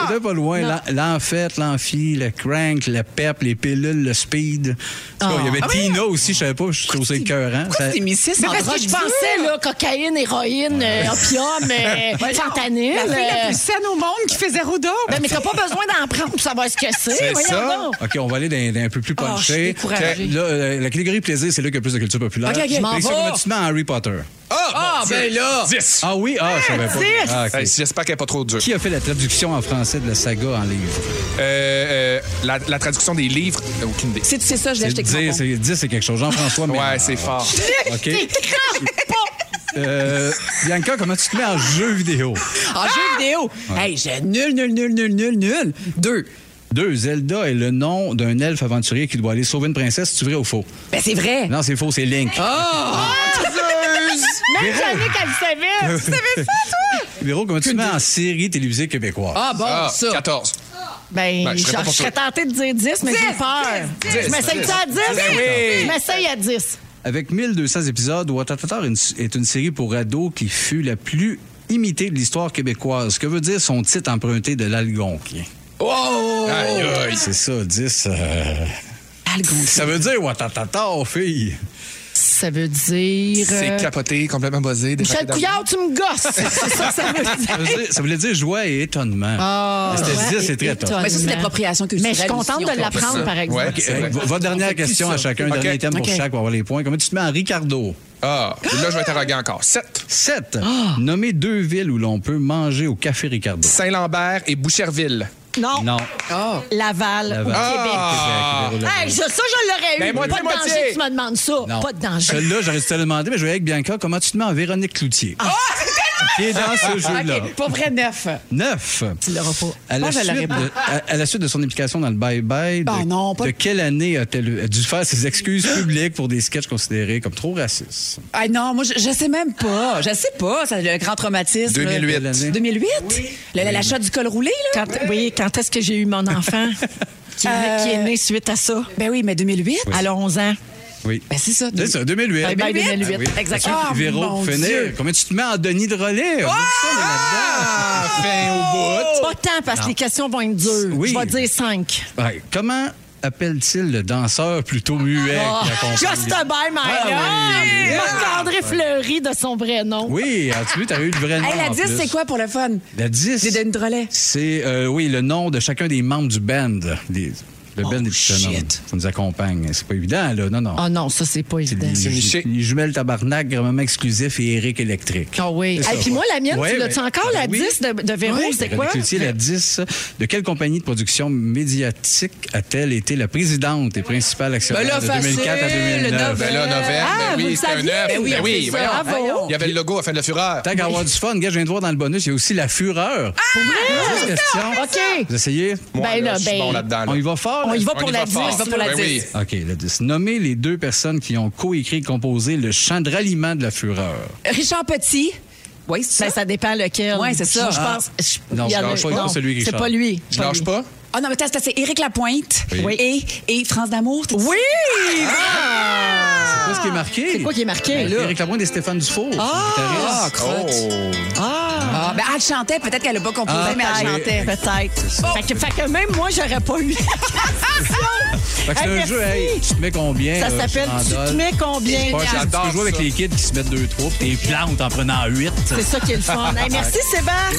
Speaker 4: C'était pas loin. L'en- L'amphète, l'amphi, le crank, le pep, les pilules, le speed. En tout cas, Il y avait Tina aussi, je savais pas, je trouve ça écœurant. Ça-
Speaker 1: T'es mis six en
Speaker 8: Parce que
Speaker 1: drogue
Speaker 8: je
Speaker 1: dure.
Speaker 8: pensais, là, cocaïne, héroïne, euh, opium, euh, fentanyl.
Speaker 1: La fille la
Speaker 8: euh,
Speaker 1: plus saine au monde qui fait zéro d'autre.
Speaker 8: ben, mais t'as pas besoin d'en prendre pour savoir ce que c'est.
Speaker 3: C'est
Speaker 8: voyons
Speaker 3: ça.
Speaker 8: donc.
Speaker 4: OK, on va aller d'un d'un peu plus
Speaker 8: Oh, je suis
Speaker 4: punché.
Speaker 8: découragée.
Speaker 4: Là, euh, la catégorie plaisir, c'est là qu'il y a plus de culture populaire.
Speaker 1: OK, OK, je m'en
Speaker 4: Mais
Speaker 1: vais.
Speaker 4: ça, comment tu te mets en Harry Potter?
Speaker 3: Ah, ben là. 10.
Speaker 4: Ah oui? Ah, je savais pas. Ah, OK.
Speaker 3: Hey, J'espère qu'elle n'est pas trop dure.
Speaker 4: Qui a fait la traduction en français de la saga en livre?
Speaker 3: Euh, euh, la, la traduction des livres, euh, aucune idée.
Speaker 1: C'est c'est ça, je l'ai acheté
Speaker 4: Dire,
Speaker 1: crampon.
Speaker 4: c'est dire, c'est quelque chose. Jean-François, Ah, mais.
Speaker 3: Ouais, c'est fort.
Speaker 4: OK. Euh, Bianca, comment tu te mets en jeu vidéo?
Speaker 1: En jeu vidéo. Hey, j'ai nul, nul, nul, nul, nul, nul. Deux.
Speaker 4: Deux, Zelda est le nom d'un elfe aventurier qui doit aller sauver une princesse, tu vrai ou faux?
Speaker 1: Ben, c'est vrai.
Speaker 4: Non, c'est faux, c'est Link.
Speaker 8: Même Yannick, elle le savait.
Speaker 4: Véro, comment tu te mets en série télévisée québécoise?
Speaker 1: Ah, bon,
Speaker 3: Ah,
Speaker 1: ça.
Speaker 3: 14.
Speaker 2: Ben,
Speaker 3: Ben, je serais pas
Speaker 2: je je
Speaker 3: pour
Speaker 2: serais
Speaker 3: toi.
Speaker 2: tentée de dire 10, mais j'ai peur. Je m'essaye ça à 10?
Speaker 3: Ben oui.
Speaker 2: Je m'essaye à 10.
Speaker 4: Avec 1200 épisodes, Watatata est une série pour ados qui fut la plus imitée de l'histoire québécoise. Que veut dire son titre emprunté de l'algonquien? Oh! Aïe, aïe, c'est ça, 10. euh, Ça veut dire Watatata, fille.
Speaker 8: Ça veut dire.
Speaker 3: C'est
Speaker 8: euh,
Speaker 3: capoté, complètement buzzé. des
Speaker 8: Michel
Speaker 3: paquets
Speaker 8: Couillard, tu me gosses! C'est ça que ça veut dire.
Speaker 4: Ça veut dire- ça voulait dire joie et étonnement.
Speaker 8: Ah,
Speaker 4: Mais c'était
Speaker 8: ouais,
Speaker 4: 10, c'est très top.
Speaker 8: étonnement.
Speaker 1: Mais ça, c'est de l'appropriation culturelle.
Speaker 8: Mais je suis contente
Speaker 1: aussi, on
Speaker 8: de
Speaker 1: fait pas
Speaker 8: l'apprendre,
Speaker 1: ça.
Speaker 8: par exemple.
Speaker 3: Ouais.
Speaker 4: OK,
Speaker 3: C'est vrai.
Speaker 4: euh, votre dernière question à chacun, un
Speaker 3: OK.
Speaker 4: dernier thème pour
Speaker 8: OK.
Speaker 4: chaque pour avoir les points. Comment tu te mets à Ricardo?
Speaker 3: d'argent. Ah, là, je vais être arrogant encore. 7.
Speaker 4: 7.
Speaker 8: Ah!
Speaker 4: Nommer deux villes où l'on peut manger au café Ricardo.
Speaker 3: Saint-Lambert et Boucherville.
Speaker 2: Non.
Speaker 4: Non.
Speaker 2: Laval,
Speaker 4: Laval.
Speaker 2: au
Speaker 3: Ah!
Speaker 2: Québec. Hey, je- ça, je l'aurais eu.
Speaker 3: Ben, moitié,
Speaker 2: Pas de danger,
Speaker 3: moitié.
Speaker 2: tu m'as
Speaker 8: me demandes ça.
Speaker 4: Non.
Speaker 8: Pas de danger.
Speaker 4: Celle-là, j'aurais dû te le demander, mais je vais avec Bianca. Comment tu te mets en Véronique Cloutier? Qui est dans ce jeu-là.
Speaker 8: OK, pour vrai, neuf.
Speaker 4: 9.
Speaker 8: Tu l'auras pas.
Speaker 4: À la,
Speaker 8: Moi, je l'aurais
Speaker 4: suite de,
Speaker 8: pas.
Speaker 4: à- à la suite de son implication dans le Bye Bye, de,
Speaker 1: Ah non, pas-
Speaker 4: de quelle année a-t-elle a dû faire ses excuses publiques pour des sketchs considérés comme trop racistes?
Speaker 1: Ah non, moi, je, je sais même pas. Je sais pas. Ça, le grand traumatisme.
Speaker 3: 2008.
Speaker 1: là. 2008? Le- la- L'achat du col roulé, là?
Speaker 2: Quand, oui, quand est-ce que j'ai eu mon enfant qui, est-
Speaker 1: Euh,
Speaker 2: qui est né suite à ça?
Speaker 3: Euh,
Speaker 1: Ben oui, mais 2008?
Speaker 2: À 11 ans.
Speaker 4: Oui.
Speaker 1: Ben c'est ça.
Speaker 4: C'est ça, 2008.
Speaker 2: Bye bye
Speaker 1: 2008.
Speaker 2: 2008. Exactement.
Speaker 1: Ah,
Speaker 4: Véro,
Speaker 1: mon
Speaker 4: pour finir,
Speaker 1: Dieu.
Speaker 4: comment tu te mets en Denis de relais?
Speaker 3: Ah! Fin au
Speaker 2: Pas tant parce que les questions vont être dures.
Speaker 4: Oui.
Speaker 2: Je vais dire 5.
Speaker 4: Ouais. Comment appelle-t-il le danseur plutôt muet?
Speaker 2: Ah!
Speaker 4: qui accompagne-
Speaker 2: Just a bye, my
Speaker 4: Ah, oui.
Speaker 2: Marc-André Fleury de son vrai nom.
Speaker 4: Oui, as tu vu, t'as eu le vrai nom.
Speaker 1: Hey, la
Speaker 4: en
Speaker 1: 10,
Speaker 4: plus.
Speaker 1: c'est quoi pour le fun?
Speaker 4: La 10.
Speaker 1: C'est Denis Drolet.
Speaker 4: C'est, euh, oui, le nom de chacun des membres du band. Les- le band des petits jeunes hommes qui nous accompagne. C'est pas évident, là. Non, non.
Speaker 2: Oh non, ça, c'est pas évident.
Speaker 4: Les,
Speaker 3: une chic.
Speaker 4: les jumelles Tabarnak, Grand-Maman Exclusif et Eric Électrique.
Speaker 2: Ah oui.
Speaker 4: C'est ça.
Speaker 2: Et puis moi, la mienne,
Speaker 4: Ouais,
Speaker 2: tu l'as-tu
Speaker 4: mais-
Speaker 2: encore, la
Speaker 4: Oui.
Speaker 2: 10 de, de Véro?
Speaker 4: Oui,
Speaker 2: c'est
Speaker 4: Véronique
Speaker 2: quoi?
Speaker 4: Cloutier, la 10. De quelle compagnie de production médiatique a-t-elle été la présidente et principale actionnaire
Speaker 1: Ben là,
Speaker 4: de 2004 à
Speaker 1: facile,
Speaker 4: 2009?
Speaker 3: Ben là, novembre,
Speaker 2: Ah,
Speaker 3: ben
Speaker 2: vous
Speaker 3: oui,
Speaker 2: le
Speaker 3: c'était un
Speaker 2: saviez?
Speaker 3: œuf.
Speaker 2: Ben oui,
Speaker 3: Ben oui,
Speaker 2: on fait ça.
Speaker 3: voyons.
Speaker 2: Bravo.
Speaker 3: Il y avait le logo à la fin de la fureur.
Speaker 4: Tant qu'à avoir du fun, gars, je viens de voir dans le bonus, il y a aussi la fureur. Pour vrai?
Speaker 2: Ah, OK.
Speaker 4: Vous essayez?
Speaker 3: Moi,
Speaker 2: Ben
Speaker 3: là,
Speaker 2: là,
Speaker 3: je suis
Speaker 2: ben,
Speaker 3: bon là-dedans. là.
Speaker 4: On y va fort? là?
Speaker 2: On y va
Speaker 3: On
Speaker 2: pour
Speaker 3: y
Speaker 2: la
Speaker 3: va
Speaker 2: 10.
Speaker 3: fort.
Speaker 1: on y va pour la
Speaker 3: Ben
Speaker 1: 10.
Speaker 3: oui.
Speaker 4: OK, la 10. Nommez les deux personnes qui ont coécrit et composé le chant de ralliement de la fureur.
Speaker 1: Richard Petit. Oui, c'est ça.
Speaker 2: Ben, ça dépend lequel.
Speaker 1: Ouais, c'est ça.
Speaker 2: Moi, Je
Speaker 1: Ah.
Speaker 2: pense. je-
Speaker 4: Non,
Speaker 2: il y
Speaker 4: je
Speaker 2: en a-
Speaker 4: lâche pas,
Speaker 2: non,
Speaker 4: pas celui qui
Speaker 2: C'est
Speaker 4: chante.
Speaker 2: pas lui.
Speaker 3: Je lâche pas.
Speaker 1: Ah non, mais attends, c'est- c'est Éric Lapointe
Speaker 4: Oui.
Speaker 1: et, et France d'amour. t'as dit ça?
Speaker 2: Oui!
Speaker 4: C'est quoi ce qui est marqué? Ben,
Speaker 2: C'est quoi qui est marqué, là?
Speaker 4: Éric Lapointe et Stéphane Dufour. Ah,
Speaker 3: Oh!
Speaker 1: Ah, ben, elle chantait, peut-être qu'elle n'a pas composé,
Speaker 4: Ah,
Speaker 1: mais elle
Speaker 4: oui.
Speaker 1: chantait.
Speaker 2: Peut-être. Fait, que, fait que même moi, j'aurais pas eu
Speaker 4: Fait que c'est
Speaker 2: Hey,
Speaker 4: un
Speaker 2: merci.
Speaker 4: jeu, hey, Euh, tu te mets combien?
Speaker 2: Ça
Speaker 4: là,
Speaker 2: s'appelle
Speaker 4: je
Speaker 2: Tu
Speaker 4: m'en
Speaker 2: te
Speaker 4: donne.
Speaker 2: mets combien?
Speaker 4: Ouais,
Speaker 3: J'adore
Speaker 4: tu peux jouer avec
Speaker 3: ça.
Speaker 4: les kids qui se mettent deux, trois, puis t'es plantes en prenant huit.
Speaker 2: C'est ça qui est le fun. Hey, merci, Sébastien.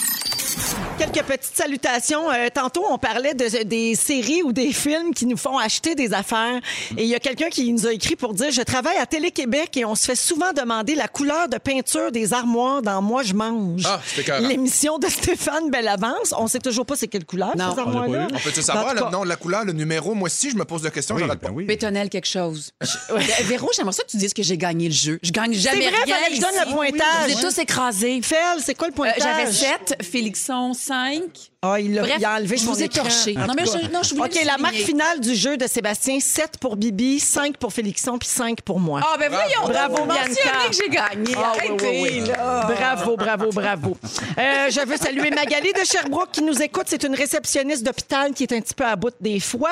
Speaker 2: Quelques petites salutations. Euh, tantôt, on parlait de- des séries ou des films qui nous font acheter des affaires. Et il y a quelqu'un qui nous a écrit pour dire Je travaille à Télé-Québec et on se fait souvent demander la couleur de peinture des armoires dans Moi, je mange.
Speaker 3: Ah, c'est écœurant.
Speaker 2: L'émission de Stéphane Bellavance. On sait toujours pas c'est quelle couleur,
Speaker 1: Non.
Speaker 2: ces armoires-là.
Speaker 3: On peut-tu
Speaker 2: En
Speaker 3: savoir
Speaker 2: tout
Speaker 3: le
Speaker 2: cas,
Speaker 3: nom, la couleur, le numéro? Moi, si je me pose la question, je j'arrête pas.
Speaker 1: Bétonnel quelque chose. Je- Véro, j'aimerais ça que tu dises que j'ai gagné le jeu. Je gagne jamais
Speaker 2: vrai,
Speaker 1: rien
Speaker 2: fallait que je donne
Speaker 1: ici.
Speaker 2: le pointage.
Speaker 1: Vous êtes tous écrasés.
Speaker 2: Fel, c'est quoi le
Speaker 1: Euh,
Speaker 2: pointage?
Speaker 1: J'avais 7, Félixon 5.
Speaker 2: Ah, il, l'a-
Speaker 1: Bref,
Speaker 2: il a enlevé
Speaker 1: je
Speaker 2: son
Speaker 1: vous ai
Speaker 2: écran.
Speaker 1: torché.
Speaker 2: En
Speaker 1: Non,
Speaker 2: tout
Speaker 1: mais
Speaker 2: cas.
Speaker 1: je- non, je voulais
Speaker 2: OK,
Speaker 1: le
Speaker 2: la marque
Speaker 1: souligner.
Speaker 2: finale du jeu de Sébastien, 7 pour Bibi, 5 pour Félixon, puis 5 pour moi.
Speaker 1: Ah, ben voyons,
Speaker 2: Bravo,
Speaker 1: donc, vous
Speaker 2: Bianca.
Speaker 1: mentionnez que j'ai gagné.
Speaker 2: Ah, oui, oui,
Speaker 1: Arrêtez,
Speaker 2: oui.
Speaker 1: là.
Speaker 2: Bravo, bravo, bravo. Euh, je veux saluer Magali de Sherbrooke qui nous écoute. C'est une réceptionniste d'hôpital qui est un petit peu à bout des fois.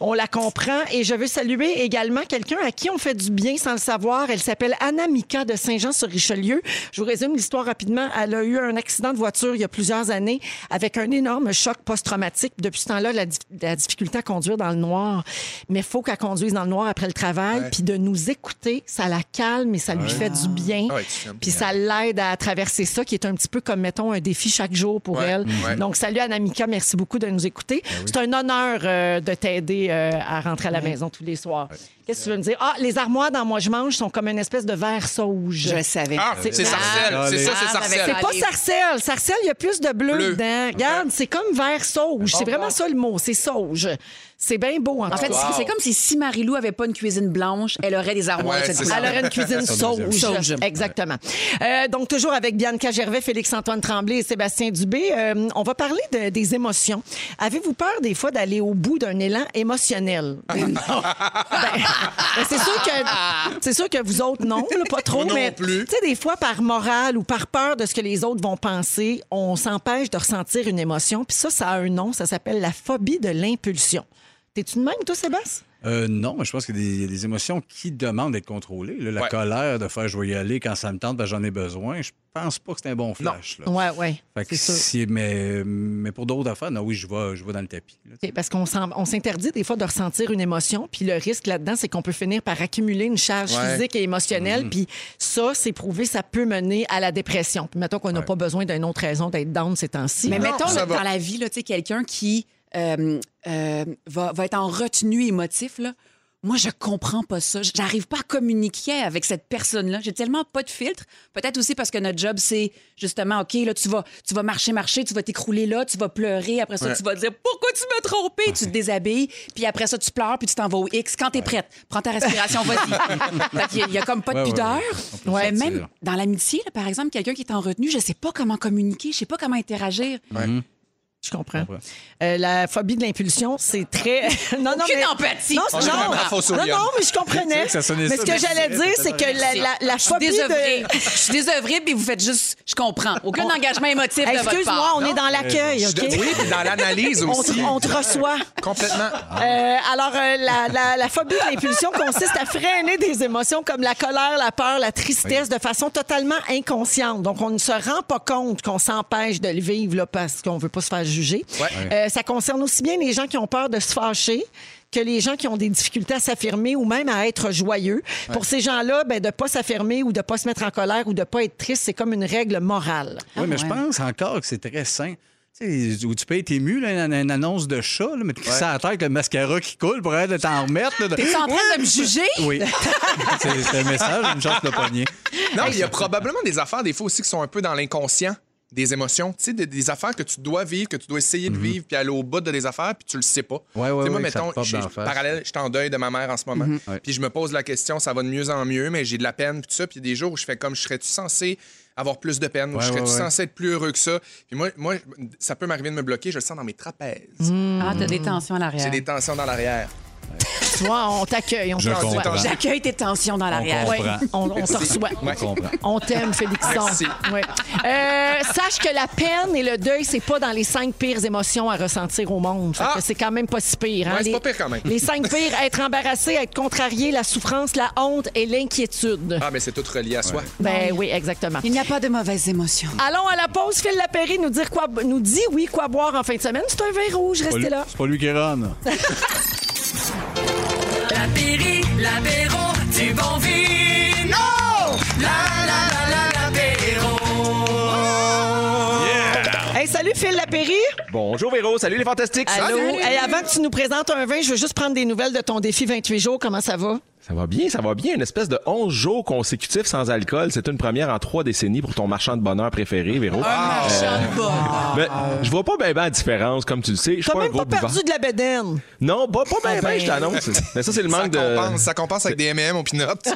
Speaker 2: On la comprend. Et je veux saluer également quelqu'un à qui on fait du bien sans le savoir. Elle s'appelle Anna Mika de Saint-Jean-sur-Richelieu. Je vous résume l'histoire rapidement. Elle a eu un accident de voiture il y a plusieurs années avec un énorme choc post-traumatique. Depuis ce temps-là, la, dif- la difficulté à conduire dans le noir. Mais il faut qu'elle conduise dans le noir après le travail. Puis de nous écouter, ça la calme et ça lui fait du bien.
Speaker 3: Ah ouais, tu filmes.
Speaker 2: Puis ça l'aide à traverser ça, qui est un petit peu comme, mettons, un défi chaque jour pour
Speaker 3: Ouais,
Speaker 2: elle.
Speaker 3: ouais. Ben
Speaker 2: Donc, salut Anamika, merci beaucoup de nous écouter. C'est un honneur euh, de t'aider euh, à rentrer à la maison tous les soirs. Qu'est-ce que tu veux me dire? Ah, les armoires dans Moi, je mange sont comme une espèce de verre sauge.
Speaker 1: Je le savais.
Speaker 4: Euh,
Speaker 3: Ah, c'est
Speaker 1: Ah,
Speaker 3: Sarcelle. C'est ça, c'est
Speaker 1: ah, avec
Speaker 3: Sarcelle.
Speaker 1: ça.
Speaker 2: Pas
Speaker 1: Allez.
Speaker 2: sarcelle. Sarcelle, il y a plus de bleu,
Speaker 3: Bleu. Ah,
Speaker 2: dedans. Regarde, c'est comme verre sauge. C'est vraiment ça le mot, c'est sauge. C'est bien beau, en,
Speaker 1: En fait, c'est- c'est comme si si Marie-Lou avait pas une cuisine blanche, elle aurait des armoires
Speaker 3: Ouais,
Speaker 1: de cette
Speaker 3: c'est ça.
Speaker 1: couleur.
Speaker 2: Elle aurait une cuisine sauge.
Speaker 1: Sauge.
Speaker 2: Exactement. Euh, donc, toujours avec Bianca Gervais, Félix-Antoine Tremblay et Sébastien Dubé, euh, on va parler de- des émotions. Avez-vous peur des fois d'aller au bout d'un élan émotionnel? Ben, ben, c'est sûr que c'est sûr que vous autres, non, là, pas trop,
Speaker 3: Moi non
Speaker 2: mais
Speaker 3: plus.
Speaker 2: tu sais, des fois, par morale ou par peur de ce que les autres vont penser, on s'empêche de ressentir une émotion. Puis ça, ça a un nom, ça s'appelle la phobie de l'impulsion. T'es-tu de même, toi, Sébastien?
Speaker 4: Euh, non, mais je pense qu'il y a des- il y a des émotions qui demandent d'être contrôlées. là. la
Speaker 3: Ouais.
Speaker 4: colère de faire je vais y aller quand ça me tente, parce que j'en ai besoin. Je pense pas que c'est un bon flash. là.
Speaker 2: Ouais, ouais.
Speaker 4: Fait que
Speaker 2: C'est sûr.
Speaker 4: si- mais, mais pour d'autres affaires, non, oui, je vais, je vais dans le tapis. là.
Speaker 2: OK, parce qu'on s'en- on s'interdit des fois de ressentir une émotion, puis le risque là-dedans, c'est qu'on peut finir par accumuler une charge
Speaker 3: Ouais.
Speaker 2: physique et émotionnelle, puis ça, c'est prouvé, ça peut mener à la dépression. Puis mettons qu'on n'a pas besoin d'une autre raison d'être down ces temps-ci.
Speaker 1: Mais
Speaker 3: Non,
Speaker 1: mettons
Speaker 3: ça
Speaker 1: là,
Speaker 3: va.
Speaker 1: dans la vie, là, tu sais, quelqu'un qui euh, euh, va, va être en retenue émotif, là. Moi, je comprends pas ça. J'arrive pas à communiquer avec cette personne-là. J'ai tellement pas de filtre. Peut-être aussi parce que notre job, c'est justement, OK, là, tu vas, tu vas marcher, marcher, tu vas t'écrouler là, tu vas pleurer. Après ça, tu vas dire, pourquoi tu m'as trompé? Tu te déshabilles. Puis après ça, tu pleures, puis tu t'en vas au X. Quand t'es prête, prends ta respiration, vas-y. Fait qu'il y a- il y, a comme pas de
Speaker 4: Ouais, ouais,
Speaker 1: pudeur.
Speaker 4: ouais. On peut
Speaker 1: Mais
Speaker 4: le sentir.
Speaker 1: même dans l'amitié, là, par exemple, quelqu'un qui est en retenue, je sais pas comment communiquer, je sais pas comment interagir.
Speaker 2: Je comprends. Euh, la phobie de l'impulsion, c'est très. non, non,
Speaker 1: Aucune empathie.
Speaker 2: Non,
Speaker 1: On
Speaker 3: est
Speaker 2: non,
Speaker 3: quand même à
Speaker 2: non,
Speaker 3: Fossorium.
Speaker 2: non, mais je
Speaker 4: C'est
Speaker 2: comprenais.
Speaker 4: vrai que ça sonnait
Speaker 2: mais ce
Speaker 4: ça,
Speaker 2: que
Speaker 4: mais
Speaker 2: j'allais
Speaker 4: c'est-
Speaker 2: dire,
Speaker 4: c'est
Speaker 2: c'est que la, la, la
Speaker 1: Je suis
Speaker 2: phobie
Speaker 1: désœuvrée.
Speaker 2: de.
Speaker 1: Je suis désœuvrée, puis vous faites juste. Je comprends. Aucun engagement émotif de votre
Speaker 2: Excuse-moi,
Speaker 1: part.
Speaker 2: on est dans l'accueil,
Speaker 3: Je
Speaker 2: OK?
Speaker 3: suis de- Euh, Oui, puis dans l'analyse
Speaker 2: On te-
Speaker 3: aussi.
Speaker 2: on te reçoit.
Speaker 3: Complètement.
Speaker 2: Euh, alors, euh, la, la- la phobie de l'impulsion consiste à freiner des émotions comme la colère, la peur, la tristesse de façon totalement inconsciente. Donc, on ne se rend pas compte qu'on s'empêche de le vivre là, parce qu'on veut pas se faire juger. Euh, ça concerne aussi bien les gens qui ont peur de se fâcher que les gens qui ont des difficultés à s'affirmer ou même à être joyeux. Pour ces gens-là, ben, de ne pas s'affirmer ou de ne pas se mettre en colère ou de ne pas être triste, c'est comme une règle morale.
Speaker 4: oui, mais je pense encore que c'est très sain. Tu sais, où tu peux être ému, là, une, une annonce de chat, là, mais tu crisses ça à la terre avec le mascara qui coule pour être de t'en remettre. là, de-
Speaker 1: T'es en train de me juger?
Speaker 4: Oui. c'est c'est un message, une chance de pogner.
Speaker 3: Non, mais il y a probablement des affaires, des fois aussi, qui sont un peu dans l'inconscient des émotions, tu sais, des, des affaires que tu dois vivre, que tu dois essayer de vivre, puis aller au bout de des affaires, puis tu le sais pas.
Speaker 4: Mhm. Ouais, ouais,
Speaker 3: Tu sais, moi,
Speaker 4: ouais, que ça te
Speaker 3: mettons,
Speaker 4: pop
Speaker 3: j'ai-
Speaker 4: dans la face. Mhm.
Speaker 3: parallèle, je suis en deuil de ma mère en ce moment,
Speaker 4: Ouais.
Speaker 3: puis je me pose la question, ça va de mieux en mieux, mais j'ai de la peine, puis tout ça, puis il y a des jours où je fais comme, je serais-tu censé avoir plus de peine, ou
Speaker 4: Ouais,
Speaker 3: je serais-tu
Speaker 4: ouais, ouais.
Speaker 3: censé être plus heureux que ça? Puis moi, moi, ça peut m'arriver de me bloquer, je le sens dans mes trapèzes.
Speaker 2: Mm.
Speaker 1: Ah, t'as des tensions à
Speaker 3: J'ai
Speaker 1: l'arrière.
Speaker 3: des tensions dans l'arrière.
Speaker 2: Tu vois, on t'accueille, on
Speaker 4: Je
Speaker 2: te
Speaker 3: comprends.
Speaker 2: reçoit.
Speaker 1: J'accueille tes tensions dans l'arrière.
Speaker 2: Ouais, on, on te reçoit.
Speaker 3: Ouais.
Speaker 4: comprends.
Speaker 2: On t'aime, Félixon.
Speaker 3: Merci.
Speaker 2: Ouais. Euh, sache que la peine et le deuil, c'est pas dans les cinq pires émotions à ressentir au monde. Fait que
Speaker 3: Ah!
Speaker 2: C'est quand même pas si pire. hein.
Speaker 3: Ouais, c'est
Speaker 2: Les-
Speaker 3: pas pire quand même.
Speaker 2: Les cinq pires, être embarrassé, être contrarié, la souffrance, la honte et l'inquiétude.
Speaker 3: Ah, mais c'est tout relié à soi.
Speaker 2: Ben oui, exactement.
Speaker 1: Il n'y a pas de mauvaises émotions.
Speaker 2: Allons à la pause. Phil Lapéry nous, dire quoi, nous dit, oui, quoi boire en fin de semaine. C'est un vin rouge,
Speaker 4: Pas lui-
Speaker 2: restez là.
Speaker 4: C'est pas lui qui run.
Speaker 5: La Péri, l'apéro du bon vino. La la la la l'apéro.
Speaker 2: Hey, salut, Phil Lapéry.
Speaker 10: Bonjour Véro, salut les fantastiques.
Speaker 2: Allô. Hey, avant que tu nous présentes un vin, je veux juste prendre des nouvelles de ton défi 28 jours. Comment ça va?
Speaker 10: Ça va bien, ça va bien. Une espèce de 11 jours consécutifs sans alcool, c'est une première en trois décennies pour ton marchand de bonheur préféré, Véro. Euh, Mais je vois pas bien ben la différence, comme tu le sais. Je suis
Speaker 2: T'as
Speaker 10: pas un
Speaker 2: même
Speaker 10: gros
Speaker 2: pas
Speaker 10: buveur.
Speaker 2: perdu de la bédaine.
Speaker 10: Non, pas, pas ben, ben, je t'annonce. Mais ça, c'est le
Speaker 3: Ça
Speaker 10: manque de...
Speaker 3: compense, ça compense avec des M&M au pinot.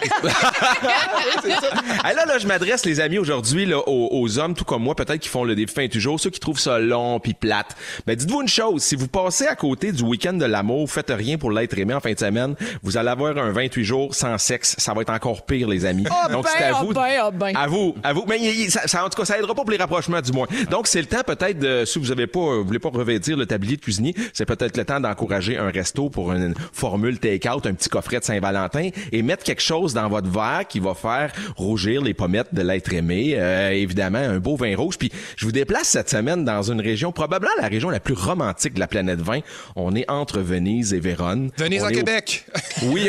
Speaker 10: Ah, là, là, je m'adresse, les amis, aujourd'hui, là, aux, aux hommes, tout comme moi, peut-être qui font le défi fin toujours, ceux qui trouvent ça long puis plate. Mais dites-vous une chose, si vous passez à côté du week-end de l'amour, faites rien pour l'être aimé en fin de semaine, vous allez avoir un 28 jours sans sexe. Ça va être encore pire, les amis. Donc,
Speaker 2: ben,
Speaker 10: c'est à
Speaker 2: oh
Speaker 10: vous.
Speaker 2: ben, oh ben.
Speaker 10: À vous, à vous. Mais il- il- ça, ça- en tout cas, ça aidera pas pour les rapprochements, du moins. Donc, c'est le temps peut-être de, si vous avez pas, euh, vous voulez pas revêtir le tablier de cuisinier, c'est peut-être le temps d'encourager un resto pour une formule take-out, un petit coffret de Saint-Valentin et mettre quelque chose dans votre verre qui va faire rougir les pommettes de l'être aimé. Euh, évidemment, un beau vin rouge. Puis, je vous déplace cette semaine dans une région, probablement la région la plus romantique de la planète vin. On est entre Venise et Vérone.
Speaker 3: Venez
Speaker 10: On
Speaker 3: en
Speaker 10: est au-
Speaker 3: Québec.
Speaker 10: oui,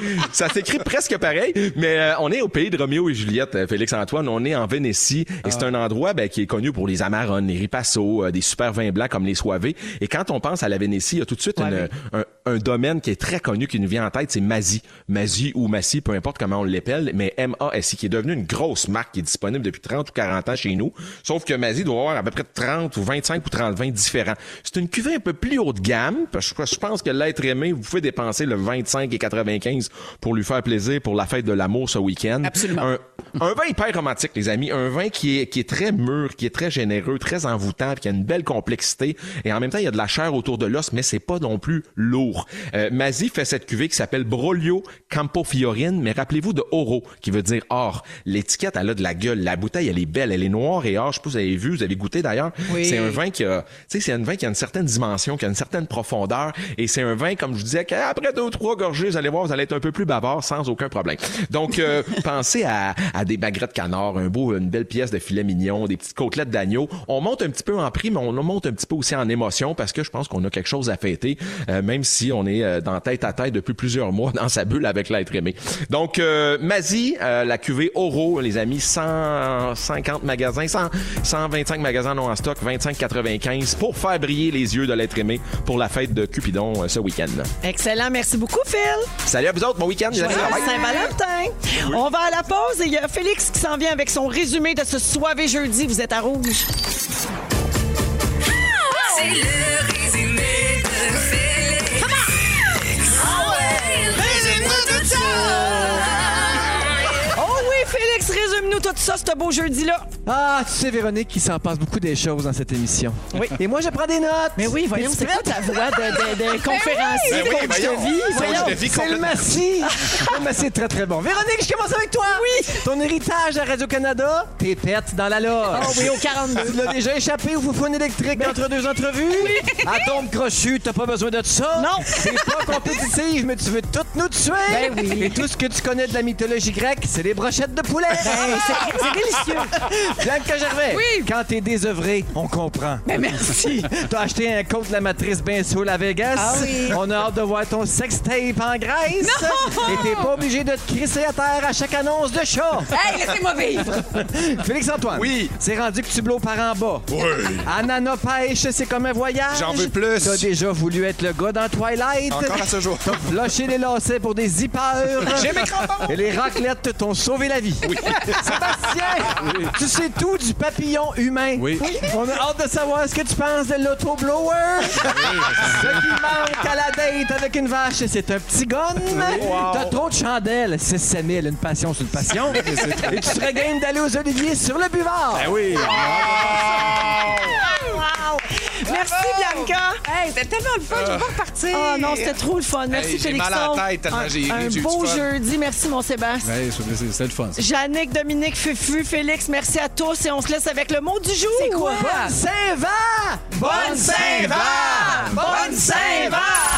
Speaker 10: ouais. ça s'écrit presque pareil, mais euh, on est au pays de Roméo et Juliette, euh, Félix-Antoine. On est en Vénétie et c'est un endroit ben, qui est connu pour les amarones, les ripassos, euh, des super vins blancs comme les soivés. Et quand on pense à la Vénétie, il y a tout de suite une- un, un domaine qui est très connu qui nous vient en tête, c'est Mazie. Mazie ou Massy, peu importe comment on l'appelle, mais M-A-S-I, qui est devenu une grosse marque qui est disponible depuis 30 ou 40 ans chez nous. Sauf que Mazie doit avoir à peu près 30 ou 25 ou 30 vins différents. C'est une cuvée un peu plus haut de gamme. parce que Je je pense que l'être aimé, vous pouvez dépenser le 25 et 95 pour lui faire plaisir pour la fête de l'amour ce week-end. Absolument. Un, un vin hyper romantique, les amis. Un vin qui est, qui est très mûr, qui est très généreux, très envoûtant, puis qui a une belle complexité. Et en même temps, il y a de la chair autour de l'os, mais c'est pas non plus lourd. court. Euh, Mazzi fait cette cuvée qui s'appelle Broglio Campofiorine, mais rappelez-vous de Oro, qui veut dire or. L'étiquette, elle a de la gueule. La bouteille, elle est belle, elle est noire et or. Je sais pas si vous avez vu, vous avez goûté d'ailleurs.
Speaker 11: Oui.
Speaker 10: C'est un vin qui a, tu sais, c'est un vin qui a une certaine dimension, qui a une certaine profondeur. Et c'est un vin, comme je vous disais, qu'après deux ou trois gorgées, vous allez voir, vous allez être un peu plus bavard sans aucun problème. Donc, euh, pensez à, à des baguettes canard, un beau, une belle pièce de filet mignon, des petites côtelettes d'agneau. On monte un petit peu en prix, mais on monte un petit peu aussi en émotion parce que je pense qu'on a quelque chose à fêter, euh, même si on est euh, dans tête à tête depuis plusieurs mois dans sa bulle avec l'être aimé. Donc, euh, Mazie, euh, la cuvée Oro, les amis, 150 magasins, 100, 125 magasins non en stock, 25,95 pour faire briller les yeux de l'être aimé pour la fête de Cupidon euh, ce week-end.
Speaker 2: Excellent. Merci beaucoup, Phil.
Speaker 10: Salut à vous autres, bon week-end, les amis.
Speaker 2: Joyeux
Speaker 10: Bye-bye.
Speaker 2: Saint-Valentin. On va à la pause et il y a Félix qui s'en vient avec son résumé de ce soirée jeudi. Vous êtes à rouge.
Speaker 5: C'est le résumé de Félix. Ah ouais, résume-nous tout ça.
Speaker 2: Oh oui, Félix, résume-nous tout ça, ce beau jeudi-là.
Speaker 12: Ah, tu sais, Véronique, il s'en passe beaucoup des choses dans cette émission. Oui. Et moi, je prends des notes. Eh Mais oui,
Speaker 2: voyons, c'est quoi ta voix de- de- de
Speaker 12: conférencier,
Speaker 2: conférencier, Ben oui, coach de voyons. vie? Voyons.
Speaker 12: C'est le
Speaker 2: complètement.
Speaker 12: Massy. le Massy est ben, très, très bon. Véronique, je commence avec toi. Oui. Ton héritage à Radio-Canada, tes têtes dans la loge.
Speaker 2: Ah oui, au Ben,
Speaker 12: Tu
Speaker 2: 42.
Speaker 12: l'as déjà échappé au foufoune électrique entre deux entrevues. Oui. À tombe crochue, t'as pas besoin de ça. Non. T'es pas compétitive, mais tu veux toutes nous tuer.
Speaker 2: Ben oui.
Speaker 12: Et tout ce que tu connais de la mythologie grecque, c'est les brochettes de poulet.
Speaker 2: Ben, c'est- c'est délicieux.
Speaker 12: Bianca Gervais, quand t'es désœuvré, on comprend.
Speaker 2: Ben, merci.
Speaker 12: T'as acheté un coat de la matrice bien saoul à Vegas.
Speaker 2: Ah oui.
Speaker 12: On a hâte de voir ton sextape en Grèce.
Speaker 2: Non!
Speaker 12: Et t'es pas obligé de te crisser à terre à chaque annonce de chat.
Speaker 2: Hey, laissez-moi vivre.
Speaker 12: Félix-Antoine. Oui. C'est rendu que tu blows par en bas. Oui. Anana pêche, c'est comme un voyage.
Speaker 3: J'en veux plus.
Speaker 12: T'as déjà voulu être le gars dans Twilight.
Speaker 3: Encore à ce jour.
Speaker 12: T'as flushé les lacets pour des zippers.
Speaker 3: J'ai mes crampons.
Speaker 12: Et les raclettes te t'ont sauvé la vie. Oui. Sébastien, tu sais tout du papillon humain. Oui. On a hâte de savoir ce que tu penses de l'autoblower. Ce qui manque à la date avec une vache, c'est un petit gun. T'as trop de chandelles. C'est 7000, une passion sur une passion. Et tu serais game d'aller aux Oliviers sur le buvard.
Speaker 10: Ben oui.
Speaker 2: Wow. Merci, Bianca.
Speaker 1: Hey, c'était tellement le fun, je peux pas repartir.
Speaker 2: Ah non, c'était trop le fun. Merci,
Speaker 10: Euh. Hey, j'ai
Speaker 2: Félixon.
Speaker 10: mal à la tête tellement
Speaker 2: Un-
Speaker 10: j'ai-
Speaker 2: Un,
Speaker 10: j'ai eu
Speaker 2: beau
Speaker 10: du fun.
Speaker 2: jeudi. Merci, mon Sébastien.
Speaker 4: Ouais, c'est- c'est- c'est le fun. ça.
Speaker 2: Jannick, Dominique, Fufu, Félix, merci à tous et on se laisse avec le mot du jour.
Speaker 12: C'est quoi? Bonne Saint-Va!
Speaker 2: Bonne Saint-Va! Bonne Saint-Va!